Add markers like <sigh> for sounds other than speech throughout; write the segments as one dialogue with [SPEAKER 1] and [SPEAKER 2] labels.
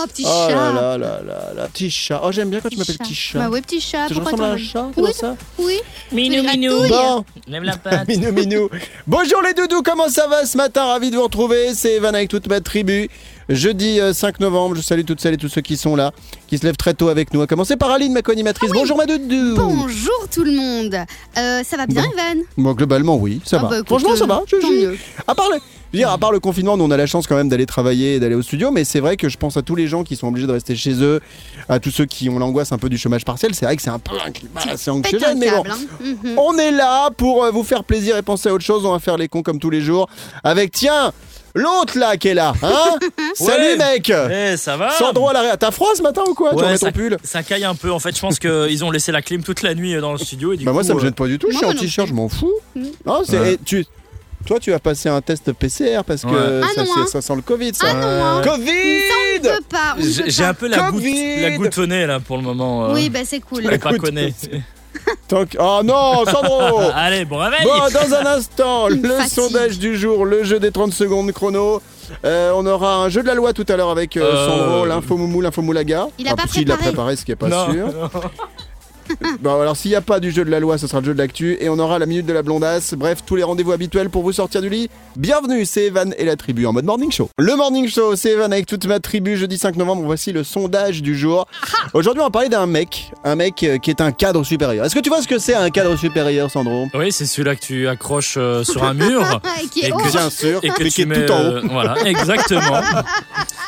[SPEAKER 1] Oh, petit
[SPEAKER 2] Oh
[SPEAKER 1] chat.
[SPEAKER 2] là là là là là, petit chat. Oh, j'aime bien quand tu m'appelles petit chat.
[SPEAKER 1] Bah ouais, petit chat.
[SPEAKER 2] Tu
[SPEAKER 1] pourquoi
[SPEAKER 2] ressembles à un
[SPEAKER 1] t'en-
[SPEAKER 2] chat,
[SPEAKER 1] Oui,
[SPEAKER 2] comment ça
[SPEAKER 1] oui.
[SPEAKER 3] Minou,
[SPEAKER 1] Mais
[SPEAKER 3] minou.
[SPEAKER 1] gratouille.
[SPEAKER 2] Bon,
[SPEAKER 3] Lève la patte.
[SPEAKER 2] minou
[SPEAKER 1] <laughs>
[SPEAKER 2] minou. Bonjour les doudous, comment ça va ce matin Ravi de vous retrouver, c'est Evan avec toute ma tribu. Jeudi euh, 5 novembre, je salue toutes celles et tous ceux qui sont là, qui se lèvent très tôt avec nous. À commencer par Aline, ma co-animatrice. Bonjour ma doudou.
[SPEAKER 1] Bonjour tout le monde. Euh, ça va bien,
[SPEAKER 2] Bon.
[SPEAKER 1] Evan
[SPEAKER 2] Bon, globalement, oui, ça
[SPEAKER 1] Ah
[SPEAKER 2] va.
[SPEAKER 1] bah, écoute,
[SPEAKER 2] Franchement, ça
[SPEAKER 1] euh,
[SPEAKER 2] va. je-
[SPEAKER 1] tant
[SPEAKER 2] je-
[SPEAKER 1] mieux.
[SPEAKER 2] À part, le... je veux dire, à part le confinement, nous, on a la chance quand même d'aller travailler et d'aller au studio, mais c'est vrai que je pense à tous les gens qui sont obligés de rester chez eux, à tous ceux qui ont l'angoisse un peu du chômage partiel. C'est vrai que c'est un peu un climat assez
[SPEAKER 1] Pète
[SPEAKER 2] anxiogène,
[SPEAKER 1] un
[SPEAKER 2] mais bon.
[SPEAKER 1] câble. hein. Mhm.
[SPEAKER 2] On est là pour euh, vous faire plaisir et penser à autre chose. On va faire les cons comme tous les jours. Avec, tiens, l'autre là qui est là, hein
[SPEAKER 1] <laughs>
[SPEAKER 2] Salut
[SPEAKER 3] Ouais.
[SPEAKER 2] mec
[SPEAKER 3] Eh, ça va
[SPEAKER 2] Sandro à l'arrêt. T'as froid ce matin ou quoi Tu
[SPEAKER 3] Ouais,
[SPEAKER 2] remets ton
[SPEAKER 3] ça,
[SPEAKER 2] pull
[SPEAKER 3] ça caille un peu en fait. Je pense qu'ils ont laissé la clim toute la nuit euh, dans le studio. Et du
[SPEAKER 2] Bah, moi,
[SPEAKER 3] coup,
[SPEAKER 2] ça me
[SPEAKER 3] euh,
[SPEAKER 2] gêne pas du tout. Je
[SPEAKER 1] moi,
[SPEAKER 2] suis en
[SPEAKER 1] moi non
[SPEAKER 2] t-shirt, je
[SPEAKER 1] plus.
[SPEAKER 2] m'en fous.
[SPEAKER 1] Mm.
[SPEAKER 2] Non, c'est.
[SPEAKER 3] Ouais.
[SPEAKER 2] et tu... Toi, tu vas passer un test PCR parce que
[SPEAKER 3] Ouais.
[SPEAKER 1] Ah
[SPEAKER 2] ça,
[SPEAKER 1] non,
[SPEAKER 2] c'est-
[SPEAKER 1] hein.
[SPEAKER 2] ça sent le Covid, ça.
[SPEAKER 1] Ah non,
[SPEAKER 2] Euh,
[SPEAKER 1] hein.
[SPEAKER 2] Covid
[SPEAKER 1] On peut pas. on peut
[SPEAKER 3] J'ai j'ai
[SPEAKER 1] pas.
[SPEAKER 3] un peu la, goutte,
[SPEAKER 2] Covid.
[SPEAKER 3] la goutonnée là pour le moment. euh,
[SPEAKER 1] Oui, bah c'est cool.
[SPEAKER 3] je l'ai pas
[SPEAKER 2] Écoute,
[SPEAKER 3] connaît.
[SPEAKER 2] Tant que- Oh non,
[SPEAKER 1] <laughs>
[SPEAKER 2] Sandro
[SPEAKER 3] Ah, Allez, bon réveil
[SPEAKER 2] Oh. Bon, dans un instant, le
[SPEAKER 1] Fatigue.
[SPEAKER 2] sondage du jour, le jeu des 30 secondes chrono. Euh, on aura un jeu de la loi tout à l'heure avec euh,
[SPEAKER 3] Euh.
[SPEAKER 2] Sandro, l'info moumou, l'info moulaga.
[SPEAKER 1] Il a pas
[SPEAKER 2] Enfin, si, il l'a
[SPEAKER 1] préparé.
[SPEAKER 2] préparé, ce qui est pas
[SPEAKER 3] Non,
[SPEAKER 2] sûr.
[SPEAKER 3] non.
[SPEAKER 2] Bon, alors s'il n'y a pas du jeu de la loi, ce sera le jeu de l'actu. Et on aura la minute de la blondasse. Bref, tous les rendez-vous habituels pour vous sortir du lit. Bienvenue, c'est Evan et la tribu en mode morning show. Le morning show, c'est Evan avec toute ma tribu. Jeudi 5 novembre, voici le sondage du jour. Aujourd'hui, on va parler d'un mec. Un mec euh, qui est un cadre supérieur. Est-ce que tu vois ce que c'est un cadre supérieur, Sandro
[SPEAKER 3] Oui, c'est celui-là que tu accroches euh, sur
[SPEAKER 2] <laughs>
[SPEAKER 3] un mur.
[SPEAKER 1] Ah, qui est
[SPEAKER 3] Et
[SPEAKER 1] haut.
[SPEAKER 3] que-
[SPEAKER 2] Bien sûr,
[SPEAKER 3] Oh. Et que
[SPEAKER 2] mais
[SPEAKER 3] tu
[SPEAKER 2] qui
[SPEAKER 3] mets,
[SPEAKER 2] est tout en haut.
[SPEAKER 3] euh, voilà, exactement.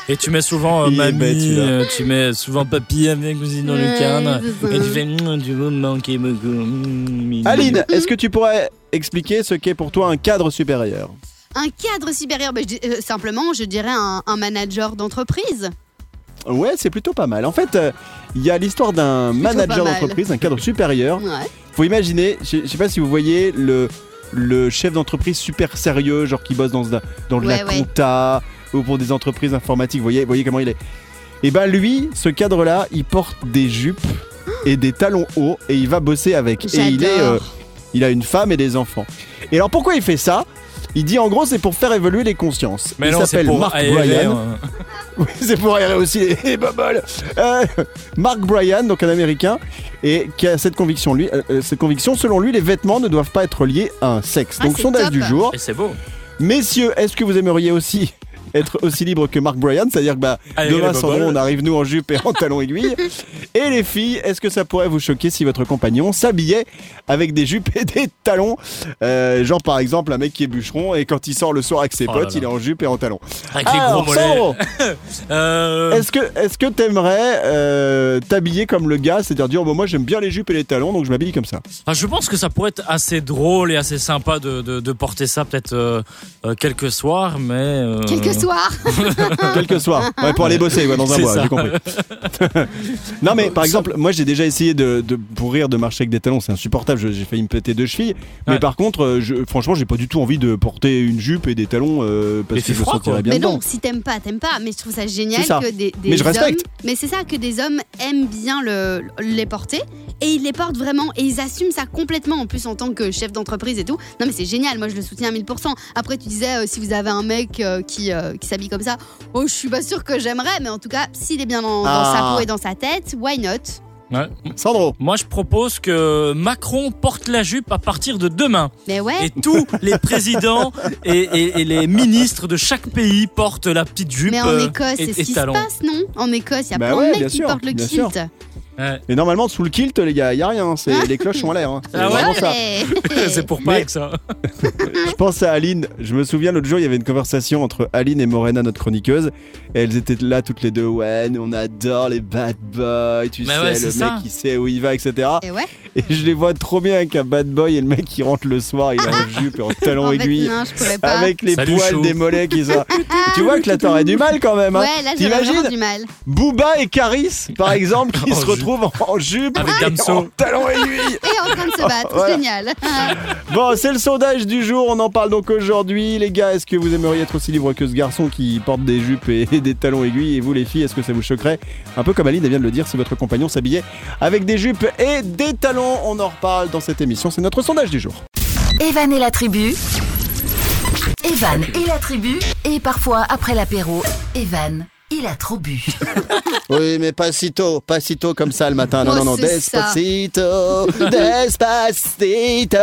[SPEAKER 3] Et tu mets souvent euh,
[SPEAKER 2] Il est
[SPEAKER 3] mamie,
[SPEAKER 2] bête, celui-là.
[SPEAKER 3] euh, tu mets souvent papy avec cousine dans
[SPEAKER 1] Ouais,
[SPEAKER 3] le carne.
[SPEAKER 1] c'est ça.
[SPEAKER 3] Et tu fais, Mmm, tu me manquer beaucoup. mm, minou.
[SPEAKER 2] Aline, est-ce que tu pourrais expliquer ce qu'est pour toi un cadre supérieur
[SPEAKER 1] Un cadre supérieur, bah, je dis- euh, simplement, je dirais un, un manager d'entreprise.
[SPEAKER 2] Ouais, c'est plutôt pas mal. En fait, euh, il y a l'histoire d'un
[SPEAKER 1] Plutôt
[SPEAKER 2] manager
[SPEAKER 1] pas mal.
[SPEAKER 2] d'entreprise, un cadre supérieur.
[SPEAKER 1] Ouais.
[SPEAKER 2] Faut imaginer, je je sais pas si vous voyez le, le chef d'entreprise super sérieux, genre qui bosse dans, de- dans de la
[SPEAKER 1] Ouais, ouais.
[SPEAKER 2] compta ou pour des entreprises informatiques. Vous voyez, vous voyez comment il est Et ben lui, ce cadre-là, il porte des jupes et des talons hauts et il va bosser avec. Et il est,
[SPEAKER 1] J'adore.
[SPEAKER 2] euh, il a une femme et des enfants. Et alors pourquoi il fait ça Il dit en gros c'est pour faire évoluer les consciences.
[SPEAKER 3] Mais
[SPEAKER 2] il
[SPEAKER 3] non, c'est
[SPEAKER 2] s'appelle
[SPEAKER 3] pour
[SPEAKER 2] Mark
[SPEAKER 3] aérer,
[SPEAKER 2] Bryan.
[SPEAKER 3] hein.
[SPEAKER 2] Oui, <laughs> c'est pour aérer aussi les, les boboles. Euh, Mark Bryan, donc un américain, et qui a cette conviction, lui, euh, euh, cette conviction, selon lui, les vêtements ne doivent pas être liés à un sexe.
[SPEAKER 1] Ah,
[SPEAKER 2] donc
[SPEAKER 1] c'est
[SPEAKER 2] sondage
[SPEAKER 1] top.
[SPEAKER 2] du jour.
[SPEAKER 3] Et c'est beau.
[SPEAKER 2] Messieurs, est-ce que vous aimeriez aussi <laughs> être aussi libre que Mark Bryan C'est-à-dire que bah,
[SPEAKER 3] Aérer
[SPEAKER 2] demain,
[SPEAKER 3] les
[SPEAKER 2] sans
[SPEAKER 3] boboles.
[SPEAKER 2] nous, on arrive nous en jupe et en talons
[SPEAKER 1] <laughs>
[SPEAKER 2] aiguilles. Et les filles, est-ce que ça pourrait vous choquer si votre compagnon s'habillait avec des jupes et des talons Euh, Genre par exemple un mec qui est bûcheron et quand il sort le soir avec ses
[SPEAKER 3] Oh là
[SPEAKER 2] potes,
[SPEAKER 3] là.
[SPEAKER 2] il est en jupe et en talons.
[SPEAKER 3] Avec
[SPEAKER 1] Ah,
[SPEAKER 2] Alors,
[SPEAKER 3] les gros mollets.
[SPEAKER 2] Sandro,
[SPEAKER 3] Euh,
[SPEAKER 2] Est-ce que est-ce que t'aimerais euh, t'habiller comme le gars, c'est-à-dire dire bon moi j'aime bien les jupes et les talons donc je m'habille comme ça.
[SPEAKER 3] enfin, je pense que ça pourrait être assez drôle et assez sympa de, de- de porter ça peut-être euh, euh, quelques soirs, mais. euh,
[SPEAKER 1] Quelque
[SPEAKER 2] Mmh.
[SPEAKER 1] soir.
[SPEAKER 2] Quel que soit. Ouais, pour aller bosser ouais, dans un
[SPEAKER 3] C'est
[SPEAKER 2] mois,
[SPEAKER 3] ça.
[SPEAKER 2] j'ai
[SPEAKER 3] <laughs>
[SPEAKER 2] compris. non mais par exemple, moi j'ai déjà essayé de, de pour rire de marcher avec des talons, c'est insupportable, je- j'ai failli me péter deux chevilles. Mais
[SPEAKER 3] Ouais.
[SPEAKER 2] par contre, euh, je, franchement, j'ai pas du tout envie de porter une jupe et des talons euh, parce
[SPEAKER 3] Mais
[SPEAKER 2] que
[SPEAKER 3] c'est
[SPEAKER 2] je
[SPEAKER 3] froid,
[SPEAKER 2] me sentirais
[SPEAKER 3] quoi.
[SPEAKER 2] bien
[SPEAKER 1] mais
[SPEAKER 2] dedans.
[SPEAKER 1] non, si t'aimes pas, t'aimes pas. Mais je trouve ça génial
[SPEAKER 2] C'est ça.
[SPEAKER 1] que des, des
[SPEAKER 2] Mais je respecte.
[SPEAKER 1] hommes. Mais c'est ça que des hommes aiment bien le, les porter et ils les portent vraiment et ils assument ça complètement en plus en tant que chef d'entreprise et tout. Non mais c'est génial, moi je le soutiens à 1000%. Après tu disais euh, si vous avez un mec euh, qui, euh, qui s'habille comme ça, oh je suis pas sûre que j'aimerais, mais en tout cas s'il est bien dans, dans
[SPEAKER 2] Ah.
[SPEAKER 1] sa peau et dans sa tête, why not
[SPEAKER 3] ouais.
[SPEAKER 2] Sandro,
[SPEAKER 3] Moi, je propose que Macron porte la jupe à partir de demain.
[SPEAKER 1] Mais ouais.
[SPEAKER 3] Et tous
[SPEAKER 1] <laughs>
[SPEAKER 3] les présidents et, et- et les ministres de chaque pays portent la petite jupe.
[SPEAKER 1] Mais en
[SPEAKER 3] euh,
[SPEAKER 1] Écosse,
[SPEAKER 3] et-
[SPEAKER 1] c'est
[SPEAKER 3] et
[SPEAKER 1] ce qui se
[SPEAKER 3] talons.
[SPEAKER 1] passe, non En Écosse, il y a
[SPEAKER 2] Bah
[SPEAKER 1] plein
[SPEAKER 2] ouais,
[SPEAKER 1] de mecs
[SPEAKER 2] bien
[SPEAKER 1] qui
[SPEAKER 2] sûr,
[SPEAKER 1] portent le
[SPEAKER 2] bien sûr.
[SPEAKER 1] kilt.
[SPEAKER 3] Ouais.
[SPEAKER 2] mais normalement sous le kilt les gars, y a rien,
[SPEAKER 3] <laughs>
[SPEAKER 2] c'est les cloches sont à l'air. hein. C'est
[SPEAKER 3] Ah ouais
[SPEAKER 2] vraiment ça.
[SPEAKER 3] <laughs>
[SPEAKER 1] <laughs>
[SPEAKER 3] c'est pour
[SPEAKER 2] Mais-
[SPEAKER 3] pas que ça.
[SPEAKER 2] Je pense à Aline. Je me souviens l'autre jour, il y avait une conversation entre Aline et Morena, notre chroniqueuse. Et elles étaient là toutes les deux. Ouais, nous on adore les bad boys, tu
[SPEAKER 3] Mais
[SPEAKER 2] sais,
[SPEAKER 3] ouais,
[SPEAKER 2] le
[SPEAKER 3] c'est
[SPEAKER 2] mec
[SPEAKER 3] ça.
[SPEAKER 2] qui sait où il va, etc.
[SPEAKER 1] Et ouais,
[SPEAKER 2] Et je les vois trop bien avec un bad boy et le mec qui rentre le soir, il est en
[SPEAKER 3] <laughs>
[SPEAKER 2] jupe et en talon
[SPEAKER 1] en fait,
[SPEAKER 2] aiguille.
[SPEAKER 1] Oh, non, je pourrais pas.
[SPEAKER 2] Avec les
[SPEAKER 3] Salut,
[SPEAKER 2] poils
[SPEAKER 3] chou.
[SPEAKER 2] des mollets qui
[SPEAKER 1] <laughs>
[SPEAKER 2] sont. tu vois que là t'aurais du mal quand même. Hein.
[SPEAKER 1] Ah, Ouais, là, j'aurais
[SPEAKER 2] T'imagines
[SPEAKER 1] vraiment du mal.
[SPEAKER 3] <laughs>
[SPEAKER 2] Booba et Caris, par exemple, qui
[SPEAKER 3] Oh,
[SPEAKER 2] se retrouvent retrouve en- en jupe
[SPEAKER 3] Avec
[SPEAKER 2] et
[SPEAKER 3] Damso.
[SPEAKER 2] en talons aiguilles.
[SPEAKER 1] Et en
[SPEAKER 2] <laughs>
[SPEAKER 1] train de se battre,
[SPEAKER 2] Oh, Voilà.
[SPEAKER 1] génial. <laughs>
[SPEAKER 2] Bon, c'est le sondage du jour, on en parle donc aujourd'hui. Les gars, est-ce que vous aimeriez être aussi libre que ce garçon qui porte des jupes et <laughs> des talons aiguilles Et vous, les filles, est-ce que ça vous choquerait Un peu comme Aline vient de le dire, si votre compagnon s'habillait avec des jupes et des talons, on en reparle dans cette émission. C'est notre sondage du jour.
[SPEAKER 4] Evan et la tribu. Evan et la tribu. Et parfois, après l'apéro, Evan, il a trop bu.
[SPEAKER 2] Oui, mais pas si tôt, pas si tôt comme ça le matin. Non,
[SPEAKER 1] Oh,
[SPEAKER 2] non, non,
[SPEAKER 1] c'est ça.
[SPEAKER 2] despacito, despacito.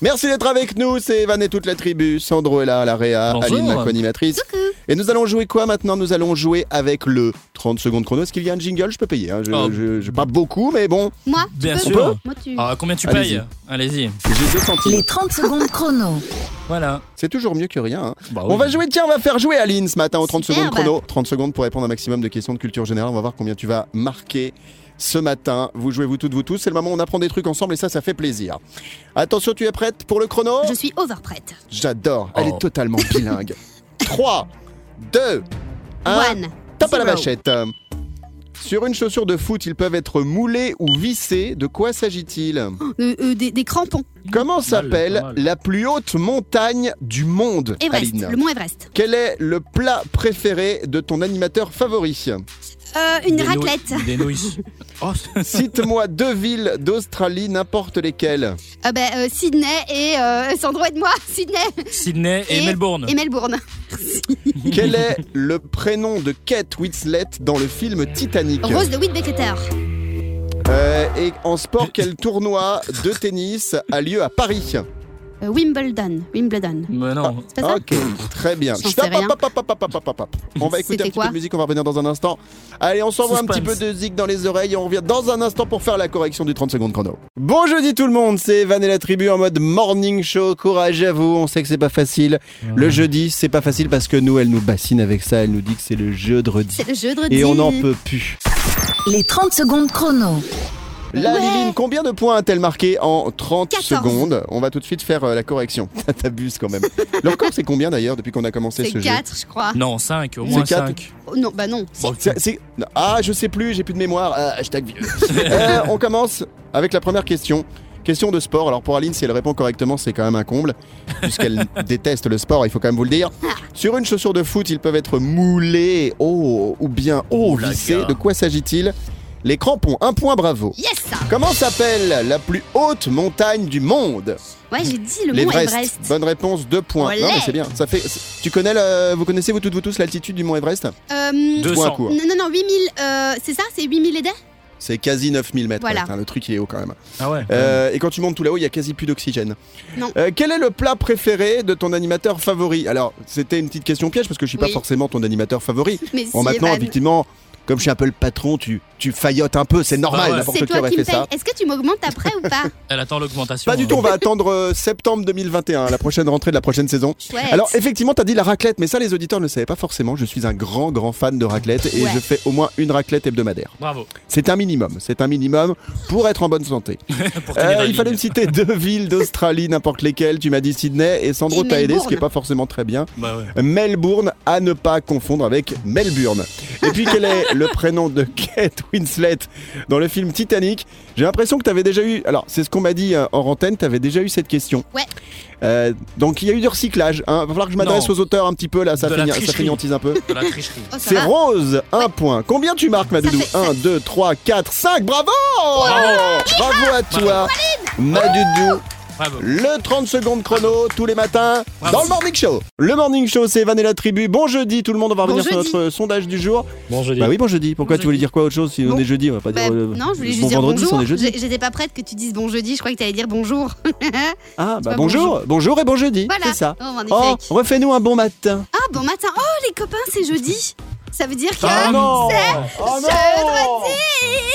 [SPEAKER 2] Merci d'être avec nous, c'est Evan et toute la tribu. Sandro est là à la réa,
[SPEAKER 3] Bonjour.
[SPEAKER 2] Aline, ma co-animatrice. Et nous allons jouer quoi maintenant Nous allons jouer avec le 30 secondes chrono. Est-ce qu'il y a un jingle Je peux payer. hein. Je,
[SPEAKER 3] Oh.
[SPEAKER 2] je- je- pas beaucoup, mais bon,
[SPEAKER 1] Moi, tu
[SPEAKER 3] Bien
[SPEAKER 1] peux
[SPEAKER 3] sûr.
[SPEAKER 1] Moi, Moi, tu.
[SPEAKER 3] Ah, combien tu
[SPEAKER 2] Allez-y.
[SPEAKER 3] payes Allez-y.
[SPEAKER 2] j'ai deux centimes.
[SPEAKER 4] Les 30 secondes chrono.
[SPEAKER 3] Voilà.
[SPEAKER 2] C'est toujours mieux que rien. hein.
[SPEAKER 3] Bah
[SPEAKER 2] On
[SPEAKER 3] oui.
[SPEAKER 2] va jouer, tiens, on va faire jouer Aline ce matin en 30
[SPEAKER 1] Superbe.
[SPEAKER 2] secondes chrono. 30 secondes pour répondre à un maximum de questions de culture générale. On va voir combien tu vas marquer ce matin. Vous jouez vous toutes, vous tous. C'est le moment où on apprend des trucs ensemble et ça, ça fait plaisir. Attention, tu es prête pour le chrono
[SPEAKER 1] Je suis overprête.
[SPEAKER 2] J'adore. Elle
[SPEAKER 3] Oh.
[SPEAKER 2] est
[SPEAKER 3] <laughs>
[SPEAKER 2] totalement bilingue. 3, 2, 1.
[SPEAKER 1] One.
[SPEAKER 2] Tape à la
[SPEAKER 1] zero.
[SPEAKER 2] machette. Sur une chaussure de foot, ils peuvent être moulés ou vissés. De quoi
[SPEAKER 3] <gasps>
[SPEAKER 2] s'agit-il
[SPEAKER 1] Euh, euh, des, des crampons.
[SPEAKER 2] Comment s'appelle
[SPEAKER 3] pas mal.
[SPEAKER 2] la plus haute montagne du monde,
[SPEAKER 1] Everest.
[SPEAKER 2] Aline
[SPEAKER 1] Le mont Everest.
[SPEAKER 2] Quel est le plat préféré de ton animateur favori
[SPEAKER 1] Euh, une
[SPEAKER 3] Des nouilles-
[SPEAKER 1] raclette.
[SPEAKER 3] Des nouilles.
[SPEAKER 1] <laughs>
[SPEAKER 3] Oh,
[SPEAKER 2] Cite-moi deux villes d'Australie, n'importe lesquelles.
[SPEAKER 1] Ah ben, euh, Sydney et euh, Sandro et moi. <laughs> Sydney
[SPEAKER 3] Sydney et,
[SPEAKER 1] Et-
[SPEAKER 3] Melbourne.
[SPEAKER 1] et Melbourne.
[SPEAKER 2] Quel est le prénom de Kate Winslet dans le film Titanic
[SPEAKER 1] Rose de Whitbecketer.
[SPEAKER 2] Euh, Et en sport, quel tournoi de tennis a lieu à Paris
[SPEAKER 1] Euh, Wimbledon. Wimbledon.
[SPEAKER 3] Mais non.
[SPEAKER 2] Ah.
[SPEAKER 1] C'est pas ça
[SPEAKER 2] Ok, très bien.
[SPEAKER 1] J'en sais rien.
[SPEAKER 2] Hop, hop, hop, hop, hop, hop, hop, hop. On va écouter
[SPEAKER 1] C'était
[SPEAKER 2] un petit
[SPEAKER 1] quoi
[SPEAKER 2] peu de musique, on va revenir dans un instant. Allez, on s'envoie un
[SPEAKER 3] Suspense.
[SPEAKER 2] petit peu de zig dans les oreilles et on revient dans un instant pour faire la correction du 30 secondes chrono. Bon jeudi tout le monde, c'est Van et la tribu en mode morning show. Courage à vous, on sait que c'est pas facile. Le jeudi, c'est pas facile parce que nous, elle nous bassine avec ça, elle nous dit que c'est le jeu de redis.
[SPEAKER 1] C'est le jeu de redis.
[SPEAKER 2] Et on n'en peut plus.
[SPEAKER 4] Les 30 secondes chrono.
[SPEAKER 2] La
[SPEAKER 1] Ouais.
[SPEAKER 2] Liline, combien de points a-t-elle marqué en 30
[SPEAKER 1] 14.
[SPEAKER 2] secondes On va tout de suite faire euh, la correction. <laughs> T'abuses quand même. Le record, c'est combien d'ailleurs depuis qu'on a commencé
[SPEAKER 1] C'est
[SPEAKER 2] ce jeu
[SPEAKER 1] 4, je crois.
[SPEAKER 3] Non, 5, au moins
[SPEAKER 2] C'est quatre.
[SPEAKER 3] 5.
[SPEAKER 1] Oh, non, bah non.
[SPEAKER 2] C'est- c'est- Ah, je sais plus, j'ai plus de mémoire. Ah, hashtag
[SPEAKER 3] <laughs>
[SPEAKER 2] vieux. Euh, on commence avec la première question. Question de sport. Alors pour Aline, si elle répond correctement, c'est quand même un comble,
[SPEAKER 3] <laughs>
[SPEAKER 2] puisqu'elle déteste le sport, il faut quand même vous le dire. Sur une chaussure de foot, ils peuvent être moulés, oh, ou bien oh,
[SPEAKER 3] Oh la
[SPEAKER 2] vissés.
[SPEAKER 3] gare.
[SPEAKER 2] De quoi s'agit-il Les crampons, un point bravo.
[SPEAKER 1] Yes ça.
[SPEAKER 2] Comment s'appelle la plus haute montagne du monde
[SPEAKER 1] Ouais, j'ai dit le mont
[SPEAKER 2] L'Everest.
[SPEAKER 1] Everest.
[SPEAKER 2] Bonne réponse, deux points.
[SPEAKER 1] Olé.
[SPEAKER 2] Non, mais c'est bien. Ça fait. Tu connais, le- vous connaissez vous toutes vous tous l'altitude du mont Everest
[SPEAKER 1] Euh,
[SPEAKER 3] Deux.
[SPEAKER 2] Point
[SPEAKER 3] 200.
[SPEAKER 2] court.
[SPEAKER 1] Non, non, non, 8000, euh, c'est ça C'est 8000 et des
[SPEAKER 2] C'est quasi 9000 mètres.
[SPEAKER 1] Voilà.
[SPEAKER 2] ouais. Enfin, le truc, il est haut quand même.
[SPEAKER 3] Ah ouais.
[SPEAKER 2] Euh, et quand tu montes tout là-haut, il y a quasi plus d'oxygène.
[SPEAKER 1] Non.
[SPEAKER 2] Euh, quel est le plat préféré de ton animateur favori Alors, c'était une petite question piège parce que je suis pas
[SPEAKER 1] Oui.
[SPEAKER 2] forcément ton animateur
[SPEAKER 1] <laughs>
[SPEAKER 2] favori.
[SPEAKER 1] Mais
[SPEAKER 2] Bon,
[SPEAKER 1] si, bah,
[SPEAKER 2] maintenant,
[SPEAKER 1] Evan.
[SPEAKER 2] effectivement, comme je suis un peu le patron, tu, tu faillotes un peu. C'est normal,
[SPEAKER 3] Ah ouais.
[SPEAKER 2] n'importe
[SPEAKER 1] C'est
[SPEAKER 2] qui
[SPEAKER 1] toi
[SPEAKER 2] aurait
[SPEAKER 1] qui
[SPEAKER 2] fait
[SPEAKER 1] me
[SPEAKER 2] ça.
[SPEAKER 1] paye. Est-ce que tu m'augmentes après ou
[SPEAKER 2] <laughs>
[SPEAKER 1] pas
[SPEAKER 3] Elle attend l'augmentation. hein.
[SPEAKER 2] Pas du tout, on va attendre euh, septembre 2021, la prochaine rentrée de la prochaine saison.
[SPEAKER 1] Chouette.
[SPEAKER 2] Alors effectivement, t'as dit la raclette, mais ça les auditeurs ne le savaient pas forcément. Je suis un grand grand fan de raclette et
[SPEAKER 1] Ouais.
[SPEAKER 2] je fais au moins une raclette hebdomadaire.
[SPEAKER 3] Bravo.
[SPEAKER 2] C'est un minimum, c'est un minimum pour être en bonne santé.
[SPEAKER 3] Pour
[SPEAKER 2] Euh,
[SPEAKER 3] tenir la
[SPEAKER 2] il
[SPEAKER 3] ligne.
[SPEAKER 2] fallait me citer
[SPEAKER 3] <laughs>
[SPEAKER 2] deux villes d'Australie, n'importe lesquelles. Tu m'as dit Sydney et Sandro
[SPEAKER 1] Et
[SPEAKER 2] t'a aidé, ce
[SPEAKER 1] Melbourne.
[SPEAKER 2] qui est pas forcément très bien.
[SPEAKER 3] Bah ouais.
[SPEAKER 2] Melbourne, à ne pas confondre avec Melbourne. Et puis quel est le prénom de <laughs> Kate Winslet dans le film Titanic J'ai l'impression que t'avais déjà eu. Alors c'est ce qu'on m'a dit euh, en antenne, t'avais déjà eu cette question.
[SPEAKER 1] Ouais.
[SPEAKER 2] Euh, donc il y a eu du recyclage. Hein. Va falloir que je m'adresse
[SPEAKER 3] Non.
[SPEAKER 2] aux auteurs un petit peu là, ça,
[SPEAKER 3] De la
[SPEAKER 2] feigna- ça
[SPEAKER 3] tricherie.
[SPEAKER 2] feignantise un peu.
[SPEAKER 3] De la tricherie.
[SPEAKER 1] Oh, ça
[SPEAKER 2] C'est
[SPEAKER 1] va.
[SPEAKER 2] Rose, un point. Combien tu marques, ma
[SPEAKER 1] Ça
[SPEAKER 2] doudou
[SPEAKER 1] fait
[SPEAKER 2] 1, 2, 3, 4, 5, bravo Bravo à toi, ma doudou.
[SPEAKER 3] Bravo.
[SPEAKER 2] Le 30 secondes chrono tous les matins
[SPEAKER 3] Bravo.
[SPEAKER 2] dans le Morning Show. Le Morning Show, c'est Evan et la tribu. Bon jeudi, tout le monde. On va
[SPEAKER 1] Bon
[SPEAKER 2] revenir sur
[SPEAKER 1] jeudi.
[SPEAKER 2] notre sondage du jour.
[SPEAKER 3] Bon, je
[SPEAKER 2] Bah oui, bon jeudi. Pourquoi
[SPEAKER 1] Bon
[SPEAKER 2] tu voulais
[SPEAKER 3] jeudi.
[SPEAKER 2] dire quoi autre chose si on
[SPEAKER 1] Bon.
[SPEAKER 2] est jeudi On va pas
[SPEAKER 1] Bah,
[SPEAKER 2] dire. euh,
[SPEAKER 1] non, je voulais juste
[SPEAKER 2] bon
[SPEAKER 1] dire
[SPEAKER 2] vendredi, si on
[SPEAKER 1] bonjour.
[SPEAKER 2] est jeudi.
[SPEAKER 1] J'ai- J'étais pas prête que tu dises bon jeudi. Je croyais que t'allais
[SPEAKER 2] <laughs>
[SPEAKER 1] dire bonjour.
[SPEAKER 2] Ah bah
[SPEAKER 1] pas
[SPEAKER 2] bonjour, bonjour et bon jeudi.
[SPEAKER 1] voilà.
[SPEAKER 2] C'est ça.
[SPEAKER 1] Oh,
[SPEAKER 2] Oh,
[SPEAKER 1] magnifique.
[SPEAKER 2] refais-nous un bon matin.
[SPEAKER 1] Ah, bon matin. Oh, les copains, c'est jeudi. Ça veut dire que.
[SPEAKER 2] Ah non
[SPEAKER 1] Ah,
[SPEAKER 2] Ah, Oh non
[SPEAKER 3] Ah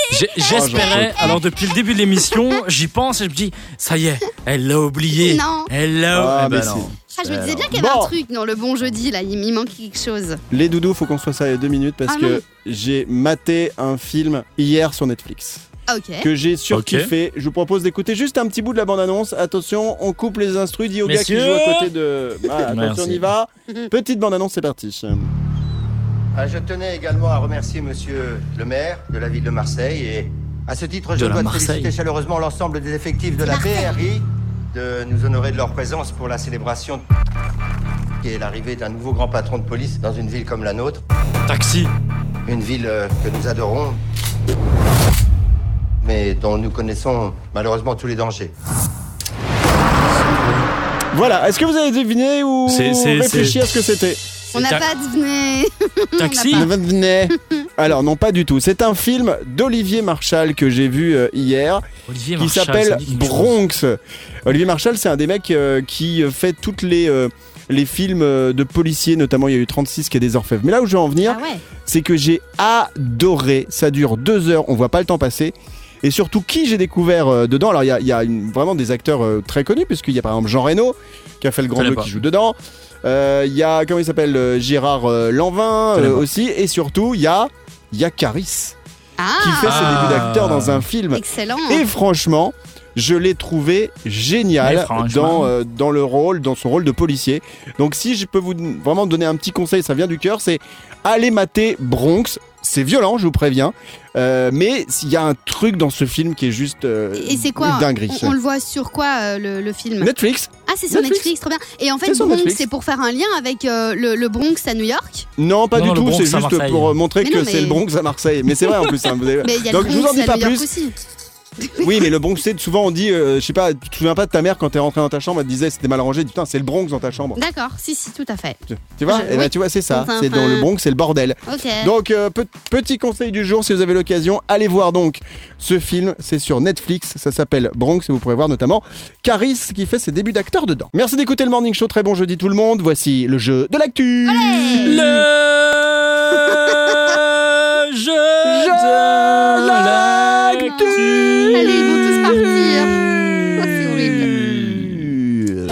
[SPEAKER 3] J'ai- J'espérais, alors depuis le début de l'émission, j'y pense et je me dis, ça y est, elle l'a oublié.
[SPEAKER 1] Non.
[SPEAKER 3] Elle l'a
[SPEAKER 2] Ah,
[SPEAKER 3] eh ben
[SPEAKER 2] mais
[SPEAKER 3] non.
[SPEAKER 2] si.
[SPEAKER 1] Ah, je me disais bien
[SPEAKER 2] Alors,
[SPEAKER 1] qu'il y avait
[SPEAKER 2] bon.
[SPEAKER 1] un truc dans le bon jeudi, là. Il m'y manque quelque chose.
[SPEAKER 2] Les doudous, faut qu'on soit sérieux deux minutes parce
[SPEAKER 1] Ah non.
[SPEAKER 2] que j'ai maté un film hier sur Netflix.
[SPEAKER 1] Ah, ok.
[SPEAKER 2] que j'ai surkiffé. Je vous propose d'écouter juste un petit bout de la bande-annonce. Attention, on coupe les instrus, dit au gars qui
[SPEAKER 3] Messieurs
[SPEAKER 2] joue à côté de. Ah, attention,
[SPEAKER 3] Merci.
[SPEAKER 2] on y va. Petite bande-annonce, c'est parti.
[SPEAKER 5] Euh, Je tenais également à remercier monsieur le maire de la ville de Marseille et à ce titre, je
[SPEAKER 3] De la
[SPEAKER 5] dois
[SPEAKER 3] Marseille.
[SPEAKER 5] féliciter chaleureusement l'ensemble des effectifs de la BRI de nous honorer de leur présence pour la célébration qui est l'arrivée d'un nouveau grand patron de police dans une ville comme la nôtre,
[SPEAKER 3] Taxi.
[SPEAKER 5] une ville euh, que nous adorons mais dont nous connaissons malheureusement tous les dangers.
[SPEAKER 2] Voilà, est-ce que vous avez deviné ou
[SPEAKER 3] C'est- c'est-
[SPEAKER 2] réfléchi
[SPEAKER 3] c'est-
[SPEAKER 2] à ce que c'était
[SPEAKER 3] <laughs>
[SPEAKER 1] On n'a
[SPEAKER 3] Ta-
[SPEAKER 1] pas deviné.
[SPEAKER 2] <laughs>
[SPEAKER 3] Taxi. <laughs>
[SPEAKER 2] Devinez. Alors non, pas du tout. C'est un film d'Olivier Marshall que j'ai vu euh, hier.
[SPEAKER 3] Olivier
[SPEAKER 2] qui
[SPEAKER 3] Marchal, ça
[SPEAKER 2] s'appelle
[SPEAKER 3] me dit quelque chose.
[SPEAKER 2] Bronx. Olivier Marshall, c'est un des mecs euh, qui euh, fait toutes les euh, les films euh, de policiers, notamment il y a eu 36 qui est des orfèvres. Mais là où je veux en venir,
[SPEAKER 1] Ah ouais.
[SPEAKER 2] c'est que j'ai adoré. Ça dure deux heures, on voit pas le temps passer. Et surtout, qui j'ai découvert euh, dedans Alors, il y a, il y a une- vraiment des acteurs euh, très connus, puisqu'il y a par exemple Jean Reno, qui a fait le Grand
[SPEAKER 3] Connais
[SPEAKER 2] Bleu,
[SPEAKER 3] pas.
[SPEAKER 2] qui joue dedans. Euh, Il y a, comment il s'appelle euh, Gérard euh, Lanvin
[SPEAKER 3] Connais
[SPEAKER 2] euh,
[SPEAKER 3] pas.
[SPEAKER 2] aussi. Et surtout, il y a, il y a Caris,
[SPEAKER 1] Ah,
[SPEAKER 2] qui fait
[SPEAKER 3] Ah.
[SPEAKER 2] ses débuts d'acteur dans un film.
[SPEAKER 1] excellent.
[SPEAKER 2] Et franchement, je l'ai trouvé
[SPEAKER 3] Mais
[SPEAKER 2] génial
[SPEAKER 3] franchement.
[SPEAKER 2] dans, euh, dans le rôle, dans son rôle de policier. Donc si je peux vous don- vraiment donner un petit conseil, ça vient du cœur, c'est allez mater Bronx. C'est violent, je vous préviens. Euh, mais il y a un truc dans ce film qui est juste euh,
[SPEAKER 1] Et c'est quoi
[SPEAKER 2] une dinguerie.
[SPEAKER 1] on, on le voit sur quoi euh, le, le film
[SPEAKER 2] Netflix
[SPEAKER 1] Ah, c'est sur
[SPEAKER 2] Netflix.
[SPEAKER 1] Netflix. trop bien. Et en fait,
[SPEAKER 2] C'est sur
[SPEAKER 1] Bronx,
[SPEAKER 2] Netflix.
[SPEAKER 1] c'est pour faire un lien avec euh, le, le Bronx à New York.
[SPEAKER 2] Non, pas
[SPEAKER 3] Non,
[SPEAKER 2] du
[SPEAKER 3] le
[SPEAKER 2] tout.
[SPEAKER 3] Bronx
[SPEAKER 2] C'est
[SPEAKER 3] à
[SPEAKER 2] juste
[SPEAKER 3] Marseille.
[SPEAKER 2] pour euh, montrer
[SPEAKER 1] Mais
[SPEAKER 2] que
[SPEAKER 1] non,
[SPEAKER 2] c'est
[SPEAKER 1] mais-
[SPEAKER 2] le Bronx à Marseille. Mais c'est vrai en plus. hein, vous avez-
[SPEAKER 1] Mais il y a
[SPEAKER 2] Donc,
[SPEAKER 1] le
[SPEAKER 2] je vous
[SPEAKER 1] Bronx
[SPEAKER 2] en dis
[SPEAKER 1] à
[SPEAKER 2] pas
[SPEAKER 1] New York
[SPEAKER 2] plus.
[SPEAKER 1] aussi.
[SPEAKER 2] Oui, mais le Bronx, c'est souvent on dit, euh, je sais pas, tu te souviens pas de ta mère quand t'es rentré dans ta chambre, elle te disait c'était mal rangé, putain, c'est le Bronx dans ta chambre.
[SPEAKER 1] D'accord, si, si, tout à fait.
[SPEAKER 2] Tu tu vois
[SPEAKER 1] Je-
[SPEAKER 2] Eh ben,
[SPEAKER 1] oui.
[SPEAKER 2] tu vois, c'est ça.
[SPEAKER 1] Enfin,
[SPEAKER 2] c'est dans
[SPEAKER 1] enfin. eh.
[SPEAKER 2] le Bronx, c'est le bordel.
[SPEAKER 1] Ok.
[SPEAKER 2] Donc, euh, pe- petit conseil du jour, si vous avez l'occasion, allez voir donc ce film. C'est sur Netflix. Ça s'appelle Bronx et vous pourrez voir notamment Caris qui fait ses débuts d'acteur dedans. Merci d'écouter le Morning Show. Très bon jeudi tout le monde. Voici le jeu de l'actu.
[SPEAKER 3] Le jeu de l'actu.
[SPEAKER 1] Allez, ils vont tous partir. Oh, c'est horrible.
[SPEAKER 2] Mmh.